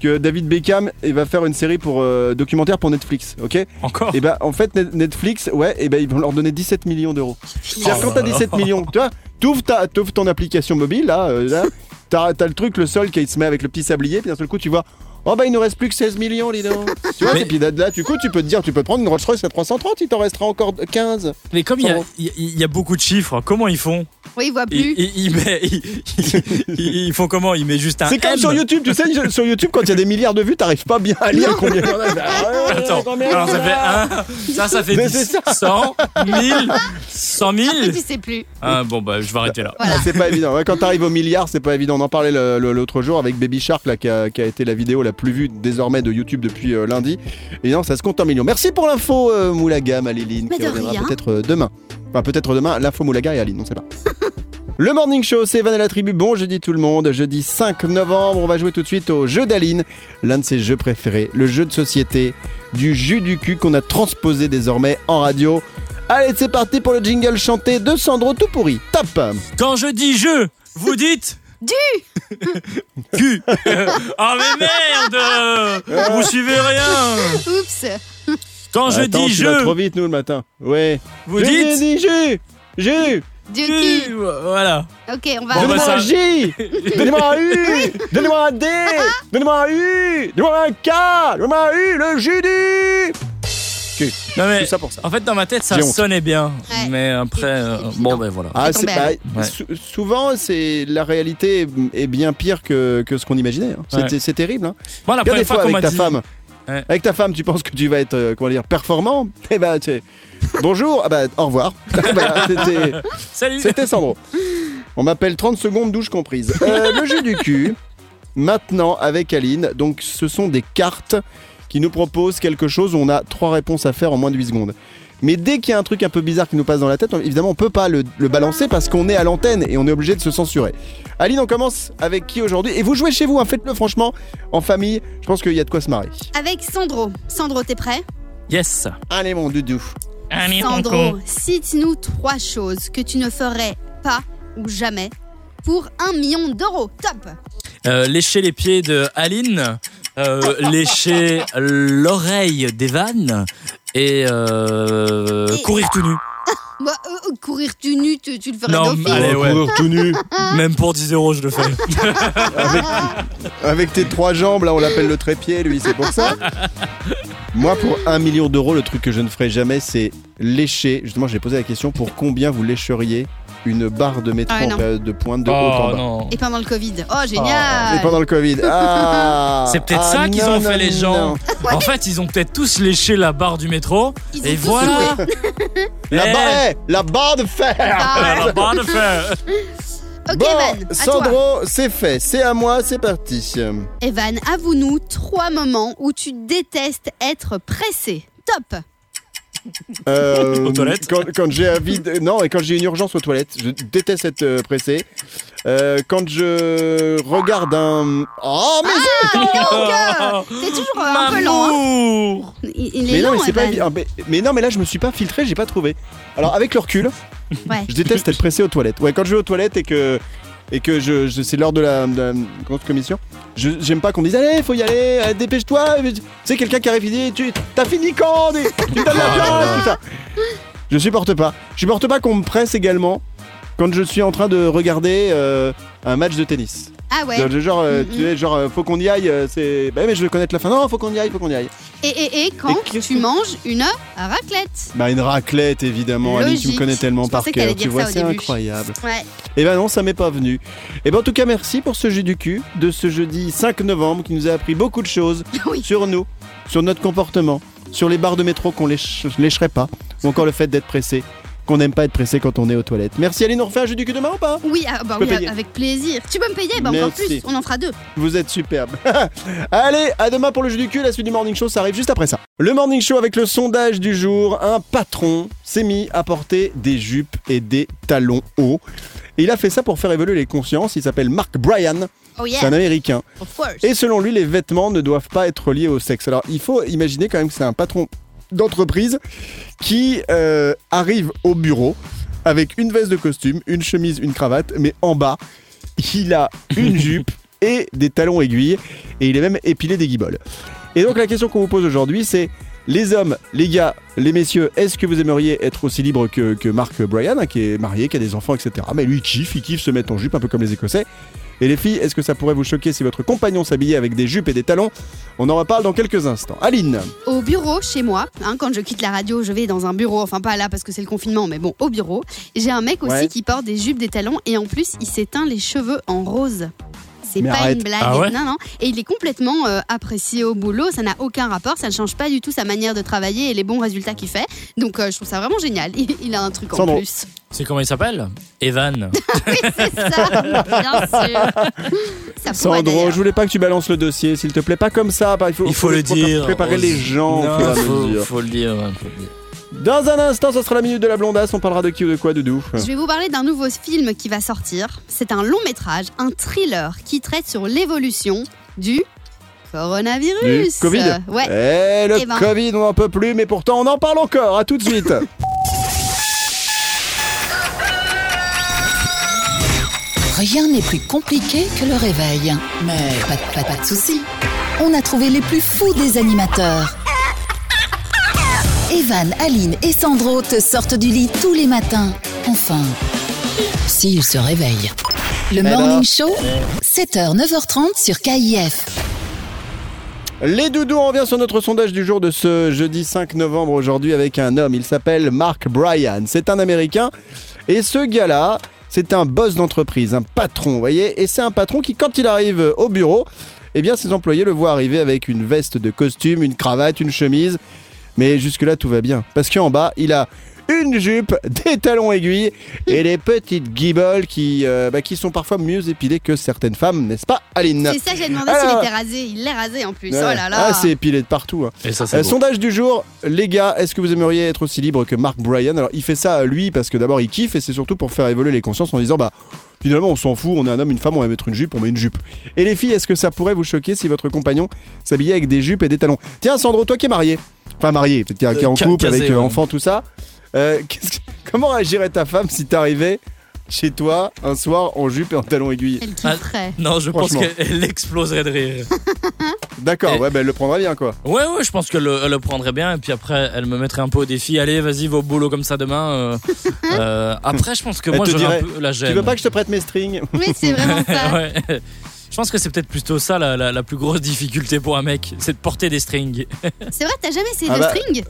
[SPEAKER 2] que David Beckham il va faire une série pour euh, documentaire pour Netflix, ok
[SPEAKER 3] Encore
[SPEAKER 2] Et bah, en fait, Net- Netflix, ouais, et ben ils vont leur donner 17 millions d'euros. C'est-à-dire,
[SPEAKER 3] Oh
[SPEAKER 2] quand t'as
[SPEAKER 3] là là.
[SPEAKER 2] 17 millions, tu vois, t'ouvres ta- t'ouvres ton application mobile, là, euh, là t'as t'as le truc, le sol qui se met avec le petit sablier, puis d'un seul coup, tu vois. Oh bah il nous reste plus que 16 millions dis donc Tu vois
[SPEAKER 3] Mais-
[SPEAKER 2] et puis là, là, du coup tu peux te dire tu peux prendre une Rolls Royce à 330 il t'en restera encore 15
[SPEAKER 3] Mais comme il y a-
[SPEAKER 2] Sandro.
[SPEAKER 3] il y, a- il y a beaucoup de chiffres, comment ils font
[SPEAKER 1] Oui, il voit
[SPEAKER 3] ils,
[SPEAKER 1] plus.
[SPEAKER 3] ils, ils met- <laughs> ils- ils- ils font comment Ils mettent juste un
[SPEAKER 2] C'est comme
[SPEAKER 3] M.
[SPEAKER 2] sur YouTube, tu sais, sur YouTube, quand il y a des milliards de vues, t'arrives pas bien à lire combien il y en a. Ah
[SPEAKER 3] Attends, alors ça fait 1, ça, ça fait
[SPEAKER 2] Mais c'est
[SPEAKER 3] 10, 100, 1000, 100 000.
[SPEAKER 1] Après, tu sais plus.
[SPEAKER 3] Ah, bon, bah, je vais arrêter là.
[SPEAKER 2] Ah, c'est pas évident. Ouais, quand t'arrives au milliard, c'est pas évident. On en parlait le- le- l'autre jour avec Baby Shark, là, qui a, qui a été la vidéo la plus vue désormais de YouTube depuis euh, lundi. Et non, ça se compte en millions. Merci pour l'info, euh, Moulaga, Maléline,
[SPEAKER 1] Mais
[SPEAKER 2] qui
[SPEAKER 1] de
[SPEAKER 2] reviendra
[SPEAKER 1] rien.
[SPEAKER 2] peut-être euh, demain. Enfin, peut-être demain, l'info Moulaga et Aline, on sait pas. <laughs> Le Morning Show, c'est Van et la Tribu. Bon jeudi tout le monde. Jeudi 5 novembre, on va jouer tout de suite au jeu d'Aline, l'un de ses jeux préférés, le jeu de société du jus du cul qu'on a transposé désormais en radio. Allez, c'est parti pour le jingle chanté de Sandro tout pourri. Top
[SPEAKER 3] Quand je dis je, vous dites. <laughs> Du <laughs> Cul Ah, mais merde Vous suivez rien
[SPEAKER 1] Oups.
[SPEAKER 3] Quand je
[SPEAKER 2] Attends,
[SPEAKER 3] dis
[SPEAKER 2] tu vas trop
[SPEAKER 3] je,
[SPEAKER 2] vite, nous, le matin. Ouais.
[SPEAKER 3] vous
[SPEAKER 2] je
[SPEAKER 3] dites.
[SPEAKER 2] dis jus Jus
[SPEAKER 1] Dieu
[SPEAKER 3] Cul. Voilà.
[SPEAKER 1] Ok, on va.
[SPEAKER 3] Bon,
[SPEAKER 2] Donnez-moi
[SPEAKER 3] bah,
[SPEAKER 2] un
[SPEAKER 3] ça-
[SPEAKER 2] J Donnez-moi un U
[SPEAKER 3] <laughs>
[SPEAKER 2] Donnez-moi un D Donnez-moi un U Donnez-moi un K Donnez-moi un U Le jus du Que cul.
[SPEAKER 3] Non, mais
[SPEAKER 2] Tout ça pour ça.
[SPEAKER 3] en fait, dans ma tête, ça
[SPEAKER 2] J'ai honte.
[SPEAKER 3] sonnait bien.
[SPEAKER 1] Ouais.
[SPEAKER 3] Mais après, euh,
[SPEAKER 1] Et puis, et puis
[SPEAKER 3] bon,
[SPEAKER 1] non.
[SPEAKER 3] ben voilà.
[SPEAKER 2] Ah,
[SPEAKER 1] ton
[SPEAKER 2] c'est-
[SPEAKER 1] bel.
[SPEAKER 2] bah,
[SPEAKER 3] Ouais.
[SPEAKER 2] sou- souvent, c'est la réalité est- est bien pire que, que ce qu'on imaginait. hein. C'est-
[SPEAKER 3] Ouais.
[SPEAKER 2] C'est c'est terrible. Hein.
[SPEAKER 3] Moi, la
[SPEAKER 2] Regarde des
[SPEAKER 3] première fois
[SPEAKER 2] fois
[SPEAKER 3] qu'on
[SPEAKER 2] avec
[SPEAKER 3] m'a
[SPEAKER 2] ta
[SPEAKER 3] dit.
[SPEAKER 2] femme.
[SPEAKER 3] Ouais.
[SPEAKER 2] Avec ta femme, tu penses que tu vas être euh, comment dire performant Eh ben, tu sais, bonjour. Ah bah, au revoir. <laughs> Ah bah, C'était
[SPEAKER 3] Salut
[SPEAKER 2] c'était Sandro. On m'appelle 30 secondes douche comprise. Euh, le jeu du cul. Maintenant avec Aline. Donc, ce sont des cartes qui nous proposent quelque chose. On a trois réponses à faire en moins de 8 secondes. Mais dès qu'il y a un truc un peu bizarre qui nous passe dans la tête, on- évidemment, on peut pas le, le balancer parce qu'on est à l'antenne et on est obligé de se censurer. Aline, on commence avec qui aujourd'hui Et vous jouez chez vous, hein, faites-le franchement en famille. Je pense qu'il y a de quoi se marrer.
[SPEAKER 1] Avec Sandro. Sandro, t'es prêt
[SPEAKER 3] Yes
[SPEAKER 2] Allez, mon doudou.
[SPEAKER 1] Sandro, cite-nous trois choses que tu ne ferais pas ou jamais pour un million d'euros. Top
[SPEAKER 3] Euh, Lécher les pieds de Aline, euh, lécher l'oreille d'Evan et, euh,
[SPEAKER 1] Et-
[SPEAKER 3] courir tout nu.
[SPEAKER 1] Bah, euh, euh, Courir tu nu, tu, tu le ferais
[SPEAKER 3] Non,
[SPEAKER 1] d'office.
[SPEAKER 3] allez, ouais.
[SPEAKER 2] Courir tout nu
[SPEAKER 3] Même pour 10 euros, je le fais.
[SPEAKER 2] Avec tes trois jambes, là on l'appelle le trépied, lui, c'est pour ça. Moi, pour un million d'euros, le truc que je ne ferai jamais, c'est lécher. Justement, j'ai posé la question pour combien vous lécheriez une barre de métro
[SPEAKER 1] Ah ouais,
[SPEAKER 2] en
[SPEAKER 1] non.
[SPEAKER 2] période de pointe de haut en bas.
[SPEAKER 3] Oh, non.
[SPEAKER 1] Et pendant le Covid. Oh,
[SPEAKER 2] Et
[SPEAKER 1] génial
[SPEAKER 2] pendant le Covid. Ah
[SPEAKER 3] <laughs> C'est peut-être
[SPEAKER 2] Ah,
[SPEAKER 3] ça qu'ils
[SPEAKER 2] non,
[SPEAKER 3] ont
[SPEAKER 2] non,
[SPEAKER 3] fait les
[SPEAKER 2] non.
[SPEAKER 3] gens. En fait, ils ont peut-être tous léché la barre du métro.
[SPEAKER 1] Ils ont
[SPEAKER 3] Et
[SPEAKER 1] tous
[SPEAKER 3] voilà.
[SPEAKER 1] joué.
[SPEAKER 2] La,
[SPEAKER 3] <laughs> Eh,
[SPEAKER 2] barre, eh, la barre de fer
[SPEAKER 1] Ah,
[SPEAKER 3] la barre de fer.
[SPEAKER 1] Ok,
[SPEAKER 2] Bon,
[SPEAKER 1] Evan, à toi.
[SPEAKER 2] Sandro, c'est fait. C'est à moi, c'est parti.
[SPEAKER 1] Evan, avoue-nous trois moments où tu détestes être pressé. Top
[SPEAKER 2] Euh,
[SPEAKER 3] <laughs> Aux toilettes
[SPEAKER 2] Quand, quand j'ai un vide, non, et quand j'ai une urgence aux toilettes, je déteste être euh, pressé. Euh, quand je regarde un, oh mais,
[SPEAKER 1] Donc, euh, T'es toujours euh, un peu lent. hein.
[SPEAKER 3] Mamour.
[SPEAKER 1] Il, il est
[SPEAKER 2] mais non, mais
[SPEAKER 1] lent,
[SPEAKER 2] c'est pas,
[SPEAKER 1] Evan.
[SPEAKER 2] évi- ah, mais, mais non, mais là je me suis pas filtré, j'ai pas trouvé. Alors avec le recul,
[SPEAKER 1] Ouais.
[SPEAKER 2] je déteste être pressé aux toilettes. Ouais, quand je vais aux toilettes et que et que je, je- c'est l'heure de la, de la grande commission, je, j'aime pas qu'on me dise allez, faut y aller, euh, dépêche-toi. Tu sais quelqu'un qui arrive, il dit tu t'as fini quand Des- Tu me donnes la place, tout ça. Je supporte pas. Je supporte pas qu'on me presse également quand je suis en train de regarder euh, un match de tennis.
[SPEAKER 1] Ah ouais.
[SPEAKER 2] De- de genre, euh,
[SPEAKER 1] Mhm.
[SPEAKER 2] tu sais, genre euh, faut qu'on y aille. euh, c'est bah mais je veux connaître la fin. Non, faut qu'on y aille, faut qu'on y aille.
[SPEAKER 1] Et, et, et quand tu manges une heure à raclette
[SPEAKER 2] Bah une raclette évidemment. Aline, tu me
[SPEAKER 1] Logique.
[SPEAKER 2] connais tellement
[SPEAKER 1] Je
[SPEAKER 2] par
[SPEAKER 1] pensais que t'allais
[SPEAKER 2] cœur. Tu
[SPEAKER 1] dire
[SPEAKER 2] vois,
[SPEAKER 1] ça au
[SPEAKER 2] c'est
[SPEAKER 1] début.
[SPEAKER 2] incroyable.
[SPEAKER 1] Ouais. <laughs>
[SPEAKER 2] Eh ben non, ça m'est pas venu. Eh ben en tout cas, merci pour ce jeu du cul de ce jeudi 5 novembre qui nous a appris beaucoup de choses
[SPEAKER 1] Oui.
[SPEAKER 2] sur nous, sur notre comportement, sur les barres de métro qu'on lèche- lécherait pas, ou encore le fait d'être pressé, qu'on n'aime pas être pressé quand on est aux toilettes. Merci Aline, on refait un jeu du cul demain ou pas
[SPEAKER 1] Oui, ah, bah
[SPEAKER 2] Je peux
[SPEAKER 1] oui,
[SPEAKER 2] payer.
[SPEAKER 1] avec plaisir. Tu peux me payer bah, encore
[SPEAKER 2] Merci.
[SPEAKER 1] plus, on en fera deux.
[SPEAKER 2] Vous êtes superbe. <laughs> Allez, à demain pour le jeu du cul. La suite du morning show, ça arrive juste après ça. Le morning show avec le sondage du jour. Un patron s'est mis à porter des jupes et des talons hauts. Et il a fait ça pour faire évoluer les consciences. Il s'appelle Mark Bryan.
[SPEAKER 1] Oh
[SPEAKER 2] C'est
[SPEAKER 1] yeah,
[SPEAKER 2] un américain.
[SPEAKER 1] of course.
[SPEAKER 2] Et selon lui, les vêtements ne doivent pas être liés au sexe. Alors, il faut imaginer quand même que c'est un patron d'entreprise qui euh, arrive au bureau avec une veste de costume, une chemise, une cravate, mais en bas, il a une jupe et des talons aiguilles, et il est même épilé des guiboles. Et donc, la question qu'on vous pose aujourd'hui, c'est les hommes, les gars, les messieurs, est-ce que vous aimeriez être aussi libre que, que Mark Bryan, hein, qui est marié, qui a des enfants, etc. Mais lui, il kiffe, il kiffe se mettre en jupe, un peu comme les Écossais. Et les filles, est-ce que ça pourrait vous choquer si votre compagnon s'habillait avec des jupes et des talons On en reparle dans quelques instants. Aline,
[SPEAKER 1] Au bureau, chez moi, hein, quand je quitte la radio, je vais dans un bureau, enfin pas là parce que c'est le confinement, mais bon, au bureau. J'ai un mec aussi
[SPEAKER 2] Ouais.
[SPEAKER 1] qui porte des jupes, des talons et en plus, il s'éteint les cheveux en rose. C'est
[SPEAKER 2] Mais
[SPEAKER 1] pas
[SPEAKER 2] arrête.
[SPEAKER 1] une blague,
[SPEAKER 3] Ah ouais
[SPEAKER 1] non, non. Et il est complètement euh, apprécié au boulot, ça n'a aucun rapport, ça ne change pas du tout sa manière de travailler et les bons résultats qu'il fait. Donc euh, je trouve ça vraiment génial. <laughs> Il, il a un truc
[SPEAKER 2] Sandro.
[SPEAKER 1] en plus. <laughs>
[SPEAKER 3] C'est comment il s'appelle Evan.
[SPEAKER 1] Oui, c'est ça, bien sûr. Ça pourrait
[SPEAKER 2] Sandro,
[SPEAKER 1] d'ailleurs.
[SPEAKER 2] je voulais pas que tu balances le dossier, s'il te plaît, pas comme ça. bah, il faut,
[SPEAKER 3] Il faut le dire.
[SPEAKER 2] Préparer les gens. au fur et
[SPEAKER 3] Non,
[SPEAKER 2] à
[SPEAKER 3] faut,
[SPEAKER 2] mesure.
[SPEAKER 3] faut le dire. ouais, faut le dire.
[SPEAKER 2] Dans un instant, ce sera la minute de la blondasse. On parlera de qui ou de quoi, Doudou Euh,
[SPEAKER 1] Je vais vous parler d'un nouveau film qui va sortir. C'est un long métrage, un thriller qui traite sur l'évolution du
[SPEAKER 2] Du
[SPEAKER 1] coronavirus.
[SPEAKER 2] Covid
[SPEAKER 1] Euh, Ouais.
[SPEAKER 2] Eh, le
[SPEAKER 1] Eh ben.
[SPEAKER 2] Covid, on n'en peut plus, mais pourtant on en parle encore. À tout de suite.
[SPEAKER 3] <laughs>
[SPEAKER 4] Rien n'est plus compliqué que le réveil. Mais pas, de- pas- pas de soucis. On a trouvé les plus fous des animateurs. Evan, Aline et Sandro te sortent du lit tous les matins. Enfin, s'ils se réveillent. Le
[SPEAKER 2] là.
[SPEAKER 4] Morning Show, 7h, 9h30 sur KIF.
[SPEAKER 2] Les doudous, on revient sur notre sondage du jour de ce jeudi 5 novembre aujourd'hui avec un homme. Il s'appelle Mark Bryan. C'est un Américain. Et ce gars-là, c'est un boss d'entreprise, un patron, vous voyez. Et c'est un patron qui, quand il arrive au bureau, eh bien, ses employés le voient arriver avec une veste de costume, une cravate, une chemise. Mais jusque-là, tout va bien. Parce qu'en bas, il a une jupe, <laughs> des talons aiguilles et des petites guiboles qui, euh, bah, qui sont parfois mieux épilées que certaines femmes, n'est-ce pas, Aline
[SPEAKER 1] C'est ça, j'ai demandé
[SPEAKER 2] Alors-
[SPEAKER 1] s'il était rasé. Il l'est rasé en plus.
[SPEAKER 2] Euh, Ah. Ouais.
[SPEAKER 1] Oh là là.
[SPEAKER 2] Ah, c'est épilé de partout. hein.
[SPEAKER 3] Et ça, c'est
[SPEAKER 2] Euh,
[SPEAKER 3] beau.
[SPEAKER 2] sondage du jour, les gars, est-ce que vous aimeriez être aussi libre que Mark Bryan Alors, il fait ça euh, lui parce que d'abord il kiffe et c'est surtout pour faire évoluer les consciences en disant bah finalement on s'en fout, on est un homme, une femme, on va mettre une jupe, on met une jupe. Et les filles, est-ce que ça pourrait vous choquer si votre compagnon s'habillait avec des jupes et des talons Tiens, Sandro, toi qui es marié, enfin marié, qui est en
[SPEAKER 3] ca-
[SPEAKER 2] couple
[SPEAKER 3] casé,
[SPEAKER 2] avec euh,
[SPEAKER 3] ouais.
[SPEAKER 2] enfant, tout ça, euh, qu'est-ce que- comment réagirait ta femme si t'arrivais chez toi un soir en jupe et en talons
[SPEAKER 1] <laughs>
[SPEAKER 2] aiguilles
[SPEAKER 1] Elle
[SPEAKER 3] Ah.
[SPEAKER 1] kifferait.
[SPEAKER 3] Non, je pense
[SPEAKER 2] Franchement.
[SPEAKER 3] qu'elle exploserait de rire.
[SPEAKER 2] D'accord,
[SPEAKER 3] Et-
[SPEAKER 2] ouais, ben elle le prendra bien quoi.
[SPEAKER 3] <laughs> Ouais, ouais, je pense qu'elle le, elle le prendrait bien. Et puis après, elle me mettrait un peu au défi. Allez, vas-y, va au boulot comme ça demain.
[SPEAKER 2] <laughs>
[SPEAKER 3] euh. Euh, après, je pense que
[SPEAKER 2] Elle
[SPEAKER 3] moi,
[SPEAKER 2] te
[SPEAKER 3] j'aurais un
[SPEAKER 2] dirait,
[SPEAKER 3] peu la gêne.
[SPEAKER 2] Tu veux pas que je te prête mes strings
[SPEAKER 1] Oui, c'est vraiment
[SPEAKER 3] <laughs>
[SPEAKER 1] ça.
[SPEAKER 3] Ouais. Je pense que c'est peut-être plutôt ça la, la- la plus grosse difficulté pour un mec, c'est de porter des strings.
[SPEAKER 1] C'est vrai, t'as jamais essayé
[SPEAKER 2] Ah
[SPEAKER 1] de
[SPEAKER 2] bah.
[SPEAKER 1] string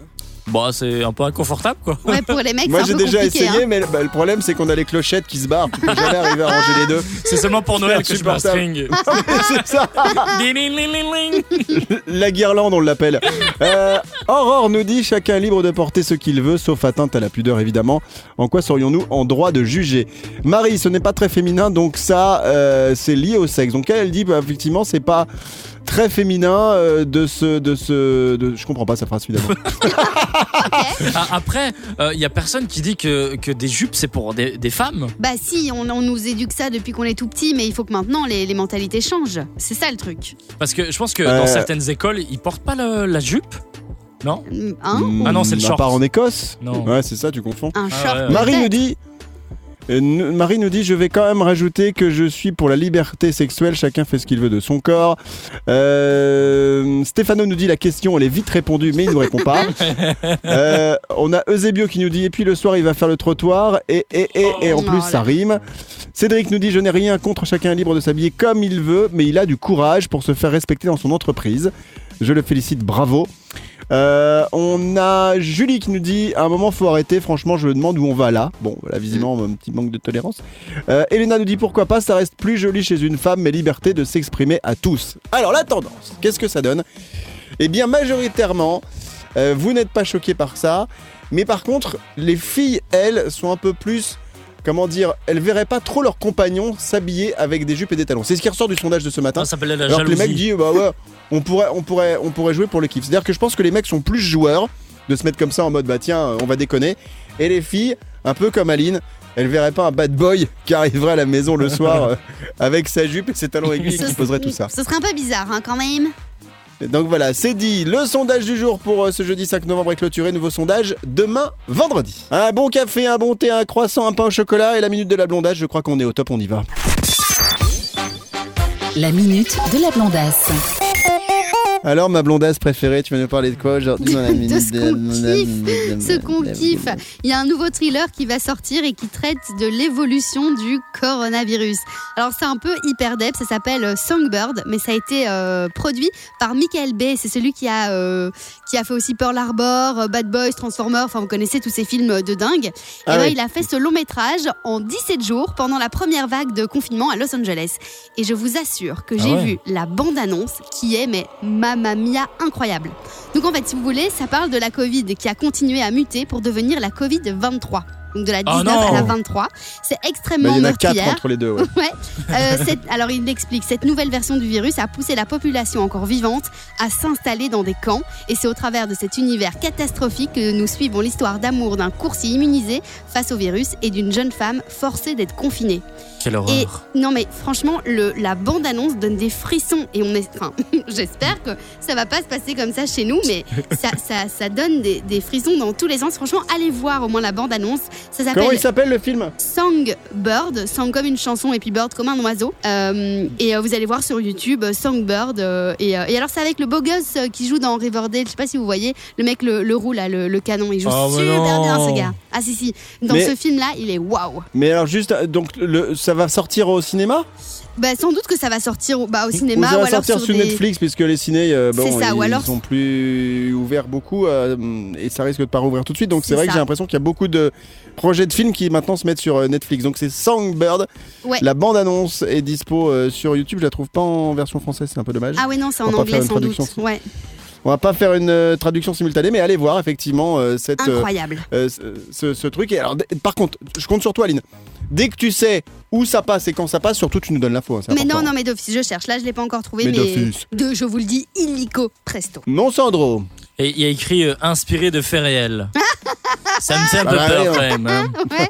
[SPEAKER 3] Bon, c'est un peu inconfortable quoi.
[SPEAKER 1] Ouais, pour les mecs, c'est
[SPEAKER 2] Moi
[SPEAKER 1] un
[SPEAKER 2] j'ai
[SPEAKER 1] peu
[SPEAKER 2] déjà
[SPEAKER 1] compliqué. hein.
[SPEAKER 2] essayé, mais le- bah, le problème c'est qu'on a les clochettes qui se barrent. Tu peux jamais arriver à ranger
[SPEAKER 1] <laughs>
[SPEAKER 2] les deux. <laughs>
[SPEAKER 3] C'est seulement pour
[SPEAKER 2] C'est
[SPEAKER 3] Noël que je mets
[SPEAKER 2] <laughs>
[SPEAKER 3] un string.
[SPEAKER 2] c'est ça,
[SPEAKER 3] Ding, ding, ding, ding, ding.
[SPEAKER 2] la guirlande on l'appelle. Euh, Aurore nous dit chacun est libre de porter ce qu'il veut, sauf atteinte à la pudeur évidemment. En quoi serions-nous en droit de juger Marie, ce n'est pas très féminin, donc ça euh, c'est lié au sexe. Donc elle, elle dit bah, effectivement c'est pas très féminin euh, de ce, de ce, de- je comprends pas sa phrase
[SPEAKER 1] Hein
[SPEAKER 2] finalement.
[SPEAKER 3] Ah, Après, il y a personne qui dit que, que des jupes c'est pour des, des femmes.
[SPEAKER 1] hein. Bah si, on, on nous éduque ça depuis qu'on est tout petit, mais il faut que maintenant les, les mentalités changent. C'est ça le truc.
[SPEAKER 3] Parce que je pense que
[SPEAKER 2] Euh.
[SPEAKER 3] dans certaines écoles, ils portent pas le- la jupe. Non
[SPEAKER 1] Hein
[SPEAKER 2] Hmm,
[SPEAKER 3] Ah non, c'est le
[SPEAKER 2] à
[SPEAKER 3] short.
[SPEAKER 2] part en Écosse.
[SPEAKER 3] Non.
[SPEAKER 2] Ouais c'est ça, tu confonds.
[SPEAKER 1] Un
[SPEAKER 3] Ah,
[SPEAKER 1] short.
[SPEAKER 3] ouais, ouais.
[SPEAKER 2] Marie nous
[SPEAKER 1] peut-être.
[SPEAKER 2] dit. euh, nous- Marie nous dit, je vais quand même rajouter que je suis pour la liberté sexuelle, chacun fait ce qu'il veut de son corps. Euh, Stéphano nous dit, la question, elle est vite répondue, mais il ne nous répond pas. Euh, on a Eusebio qui nous dit, et puis le soir, il va faire le trottoir, et, et, et, et en
[SPEAKER 1] Oh.
[SPEAKER 2] plus, ça rime. Cédric nous dit, je n'ai rien contre, chacun est libre de s'habiller comme il veut, mais il a du courage pour se faire respecter dans son entreprise. Je le félicite, bravo. Euh, on a Julie qui nous dit à un moment faut arrêter, franchement je me demande où on va là. Bon, voilà, visiblement un petit manque de tolérance. Euh, Elena nous dit pourquoi pas, ça reste plus joli chez une femme, mais liberté de s'exprimer à tous. Alors la tendance, qu'est-ce que ça donne Eh bien majoritairement, euh, vous n'êtes pas choqués par ça, mais par contre, les filles, elles, sont un peu plus. Comment dire, elles verraient pas trop leurs compagnons s'habiller avec des jupes et des talons. C'est ce qui ressort du sondage de ce matin.
[SPEAKER 3] Ça s'appelle la
[SPEAKER 2] hein. Alors que
[SPEAKER 3] jalousie.
[SPEAKER 2] les mecs disent bah ouais, on pourrait, on pourrait, on pourrait jouer pour le kiff. C'est-à-dire que je pense que les mecs sont plus joueurs de se mettre comme ça en mode bah tiens, euh, on va déconner. Et les filles, un peu comme Aline, elles verraient pas un bad boy <laughs> qui arriverait à la maison le
[SPEAKER 3] <laughs>
[SPEAKER 2] soir euh, avec sa jupe et ses talons aiguilles et qui poserait tout ça.
[SPEAKER 1] Ce serait un peu bizarre hein, quand même.
[SPEAKER 2] Et Donc voilà, c'est dit. Le sondage du jour pour euh, ce jeudi 5 novembre est clôturé. Nouveau sondage demain vendredi. Un bon café, un bon thé, un croissant, un pain au chocolat et la minute de la blondage. Je crois qu'on est au top, on y va.
[SPEAKER 4] La minute de la blondasse.
[SPEAKER 2] Alors ma blondasse préférée, tu vas nous parler de quoi aujourd'hui dans la
[SPEAKER 1] <laughs> De
[SPEAKER 2] minute
[SPEAKER 1] ce qu'on
[SPEAKER 2] la
[SPEAKER 1] kiffe,
[SPEAKER 2] minute de-
[SPEAKER 1] Ce qu'on kiffe. Il y a un nouveau thriller qui va sortir et qui traite de l'évolution du coronavirus. Alors c'est un peu hyper deep, ça s'appelle euh, Songbird, mais ça a été euh, produit par Michael Bay. C'est celui qui a, euh, qui a fait aussi Pearl Harbor, euh, Bad Boys, Transformers, enfin vous connaissez tous ces films euh, de dingue.
[SPEAKER 2] Ah
[SPEAKER 1] et
[SPEAKER 2] ouais.
[SPEAKER 1] ben, il a fait ce long métrage en 17 jours pendant la première vague de confinement à Los Angeles. Et je vous assure que
[SPEAKER 3] Ah
[SPEAKER 1] j'ai
[SPEAKER 3] ouais.
[SPEAKER 1] vu la bande-annonce qui est, mais mamma mia, incroyable. Donc en fait, si vous voulez, ça parle de la Covid qui a continué à muter pour devenir la Covid 23. Donc de la
[SPEAKER 3] Oh
[SPEAKER 1] 19
[SPEAKER 3] non
[SPEAKER 1] à la 23. C'est
[SPEAKER 2] Bah,
[SPEAKER 1] extrêmement
[SPEAKER 2] Ah il y en a quatre
[SPEAKER 1] meurtrière.
[SPEAKER 2] entre les
[SPEAKER 1] <laughs>
[SPEAKER 2] deux. ouais.
[SPEAKER 1] Ouais. Euh, cette- alors il l'explique, cette nouvelle version du virus a poussé la population encore vivante à s'installer dans des camps et c'est au travers de cet univers catastrophique que nous suivons l'histoire d'amour d'un coursier immunisé face au virus et d'une jeune femme forcée d'être confinée.
[SPEAKER 3] Quelle
[SPEAKER 1] Et
[SPEAKER 3] horreur.
[SPEAKER 1] non mais franchement, le, la bande-annonce donne des frissons et on est, enfin, <laughs> j'espère que ça va pas se passer comme ça chez nous, mais ça, ça, ça donne des, des frissons dans tous les sens. Franchement, allez voir au moins la bande-annonce. Ça
[SPEAKER 2] Comment
[SPEAKER 1] s'appelle
[SPEAKER 2] il s'appelle le film
[SPEAKER 1] Songbird, Song comme une chanson et puis Bird comme un oiseau. Euh, et euh, vous allez voir sur YouTube euh, Songbird. euh, et, euh, et alors c'est avec le beau gosse euh, qui joue dans Riverdale. Je sais pas si vous voyez le mec le, le roux là, le, le canon. Il joue
[SPEAKER 3] Oh, mais
[SPEAKER 1] super
[SPEAKER 3] non.
[SPEAKER 1] bien ce gars. Ah si si. Dans
[SPEAKER 2] Mais-
[SPEAKER 1] ce film là, il est waouh.
[SPEAKER 2] Mais alors juste, euh, donc le, ça va sortir au cinéma
[SPEAKER 1] Bah sans doute que ça va sortir au- bah, au
[SPEAKER 2] Ou
[SPEAKER 1] cinéma
[SPEAKER 2] ça
[SPEAKER 1] ou
[SPEAKER 2] va
[SPEAKER 1] alors
[SPEAKER 2] sortir
[SPEAKER 1] sur,
[SPEAKER 2] sur,
[SPEAKER 1] des-
[SPEAKER 2] Netflix puisque les ciné, euh,
[SPEAKER 1] C'est
[SPEAKER 2] bon,
[SPEAKER 1] ça,
[SPEAKER 2] ils,
[SPEAKER 1] ou alors-
[SPEAKER 2] ils sont plus ouverts beaucoup euh, et ça risque de pas rouvrir tout de suite. Donc c'est
[SPEAKER 1] C'est
[SPEAKER 2] vrai que
[SPEAKER 1] ça.
[SPEAKER 2] j'ai l'impression qu'il y a beaucoup de projets de films qui maintenant se mettent sur euh, Netflix. Donc c'est Songbird.
[SPEAKER 1] Ouais.
[SPEAKER 2] La bande annonce est dispo euh, sur YouTube. Je la trouve pas en version française, c'est un peu dommage.
[SPEAKER 1] Ah ouais non c'est
[SPEAKER 2] On
[SPEAKER 1] en
[SPEAKER 2] va pas faire
[SPEAKER 1] anglais
[SPEAKER 2] une
[SPEAKER 1] sans doute.
[SPEAKER 2] traduction.
[SPEAKER 1] Ouais
[SPEAKER 2] On va pas faire une euh, traduction simultanée, mais allez voir effectivement euh, cette euh,
[SPEAKER 1] incroyable.
[SPEAKER 2] euh, ce- ce, ce truc. Et alors, d- par contre, je compte sur toi, Aline. Dès que tu sais où ça passe et quand ça passe, surtout tu nous donnes l'info. hein, c'est
[SPEAKER 1] Mais non
[SPEAKER 2] important.
[SPEAKER 1] non mais d'office je cherche. Là je l'ai pas encore trouvé
[SPEAKER 2] Mais
[SPEAKER 1] mais,
[SPEAKER 2] d'office.
[SPEAKER 1] de je vous le dis illico presto.
[SPEAKER 2] Mon Sandro.
[SPEAKER 3] Et il y a écrit euh, inspiré de
[SPEAKER 2] <laughs>
[SPEAKER 3] faits réels. Ça me fait un peu
[SPEAKER 2] Bah, ouais, ouais.
[SPEAKER 3] peur quand même. hein.
[SPEAKER 1] Ouais.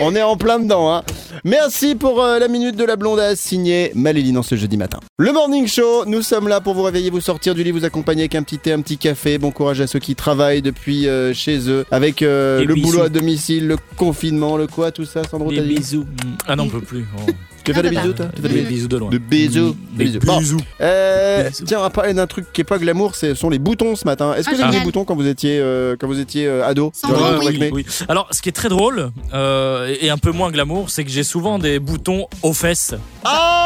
[SPEAKER 2] On est en plein dedans. Hein. Merci pour euh, la minute de la blondasse signée Maléline en ce jeudi matin. Le Morning Show, nous sommes là pour vous réveiller, vous sortir du lit, vous accompagner avec un petit thé, un petit café. Bon courage à ceux qui travaillent depuis euh, chez eux, avec euh,
[SPEAKER 3] Des
[SPEAKER 2] le
[SPEAKER 3] bisous.
[SPEAKER 2] boulot à domicile, le confinement, le quoi, tout ça, Sandro
[SPEAKER 3] Des
[SPEAKER 2] t'as dit
[SPEAKER 3] bisous. Mm. Ah non, on peut plus. Oh.
[SPEAKER 2] Tu fais des
[SPEAKER 1] Ah,
[SPEAKER 2] bisous, toi Tu fais des
[SPEAKER 3] Des
[SPEAKER 2] bisous
[SPEAKER 3] bisous de loin.
[SPEAKER 2] Des bisous.
[SPEAKER 3] Mm.
[SPEAKER 2] Des
[SPEAKER 3] Des
[SPEAKER 2] bisous. Bon.
[SPEAKER 3] bisous.
[SPEAKER 2] Euh,
[SPEAKER 3] Bisous.
[SPEAKER 2] Tiens, on va parler d'un truc qui est pas glamour, ce sont les boutons ce matin. Est-ce que
[SPEAKER 1] Ah,
[SPEAKER 2] vous avez des
[SPEAKER 1] génial.
[SPEAKER 2] boutons quand vous étiez, euh, quand vous étiez euh, ado
[SPEAKER 1] Sandro,
[SPEAKER 2] Genre,
[SPEAKER 1] oui.
[SPEAKER 2] euh,
[SPEAKER 3] Ouais,
[SPEAKER 2] avec mes-
[SPEAKER 3] oui. Alors, ce qui est très drôle euh, et un peu moins glamour, c'est que j'ai souvent des boutons aux fesses.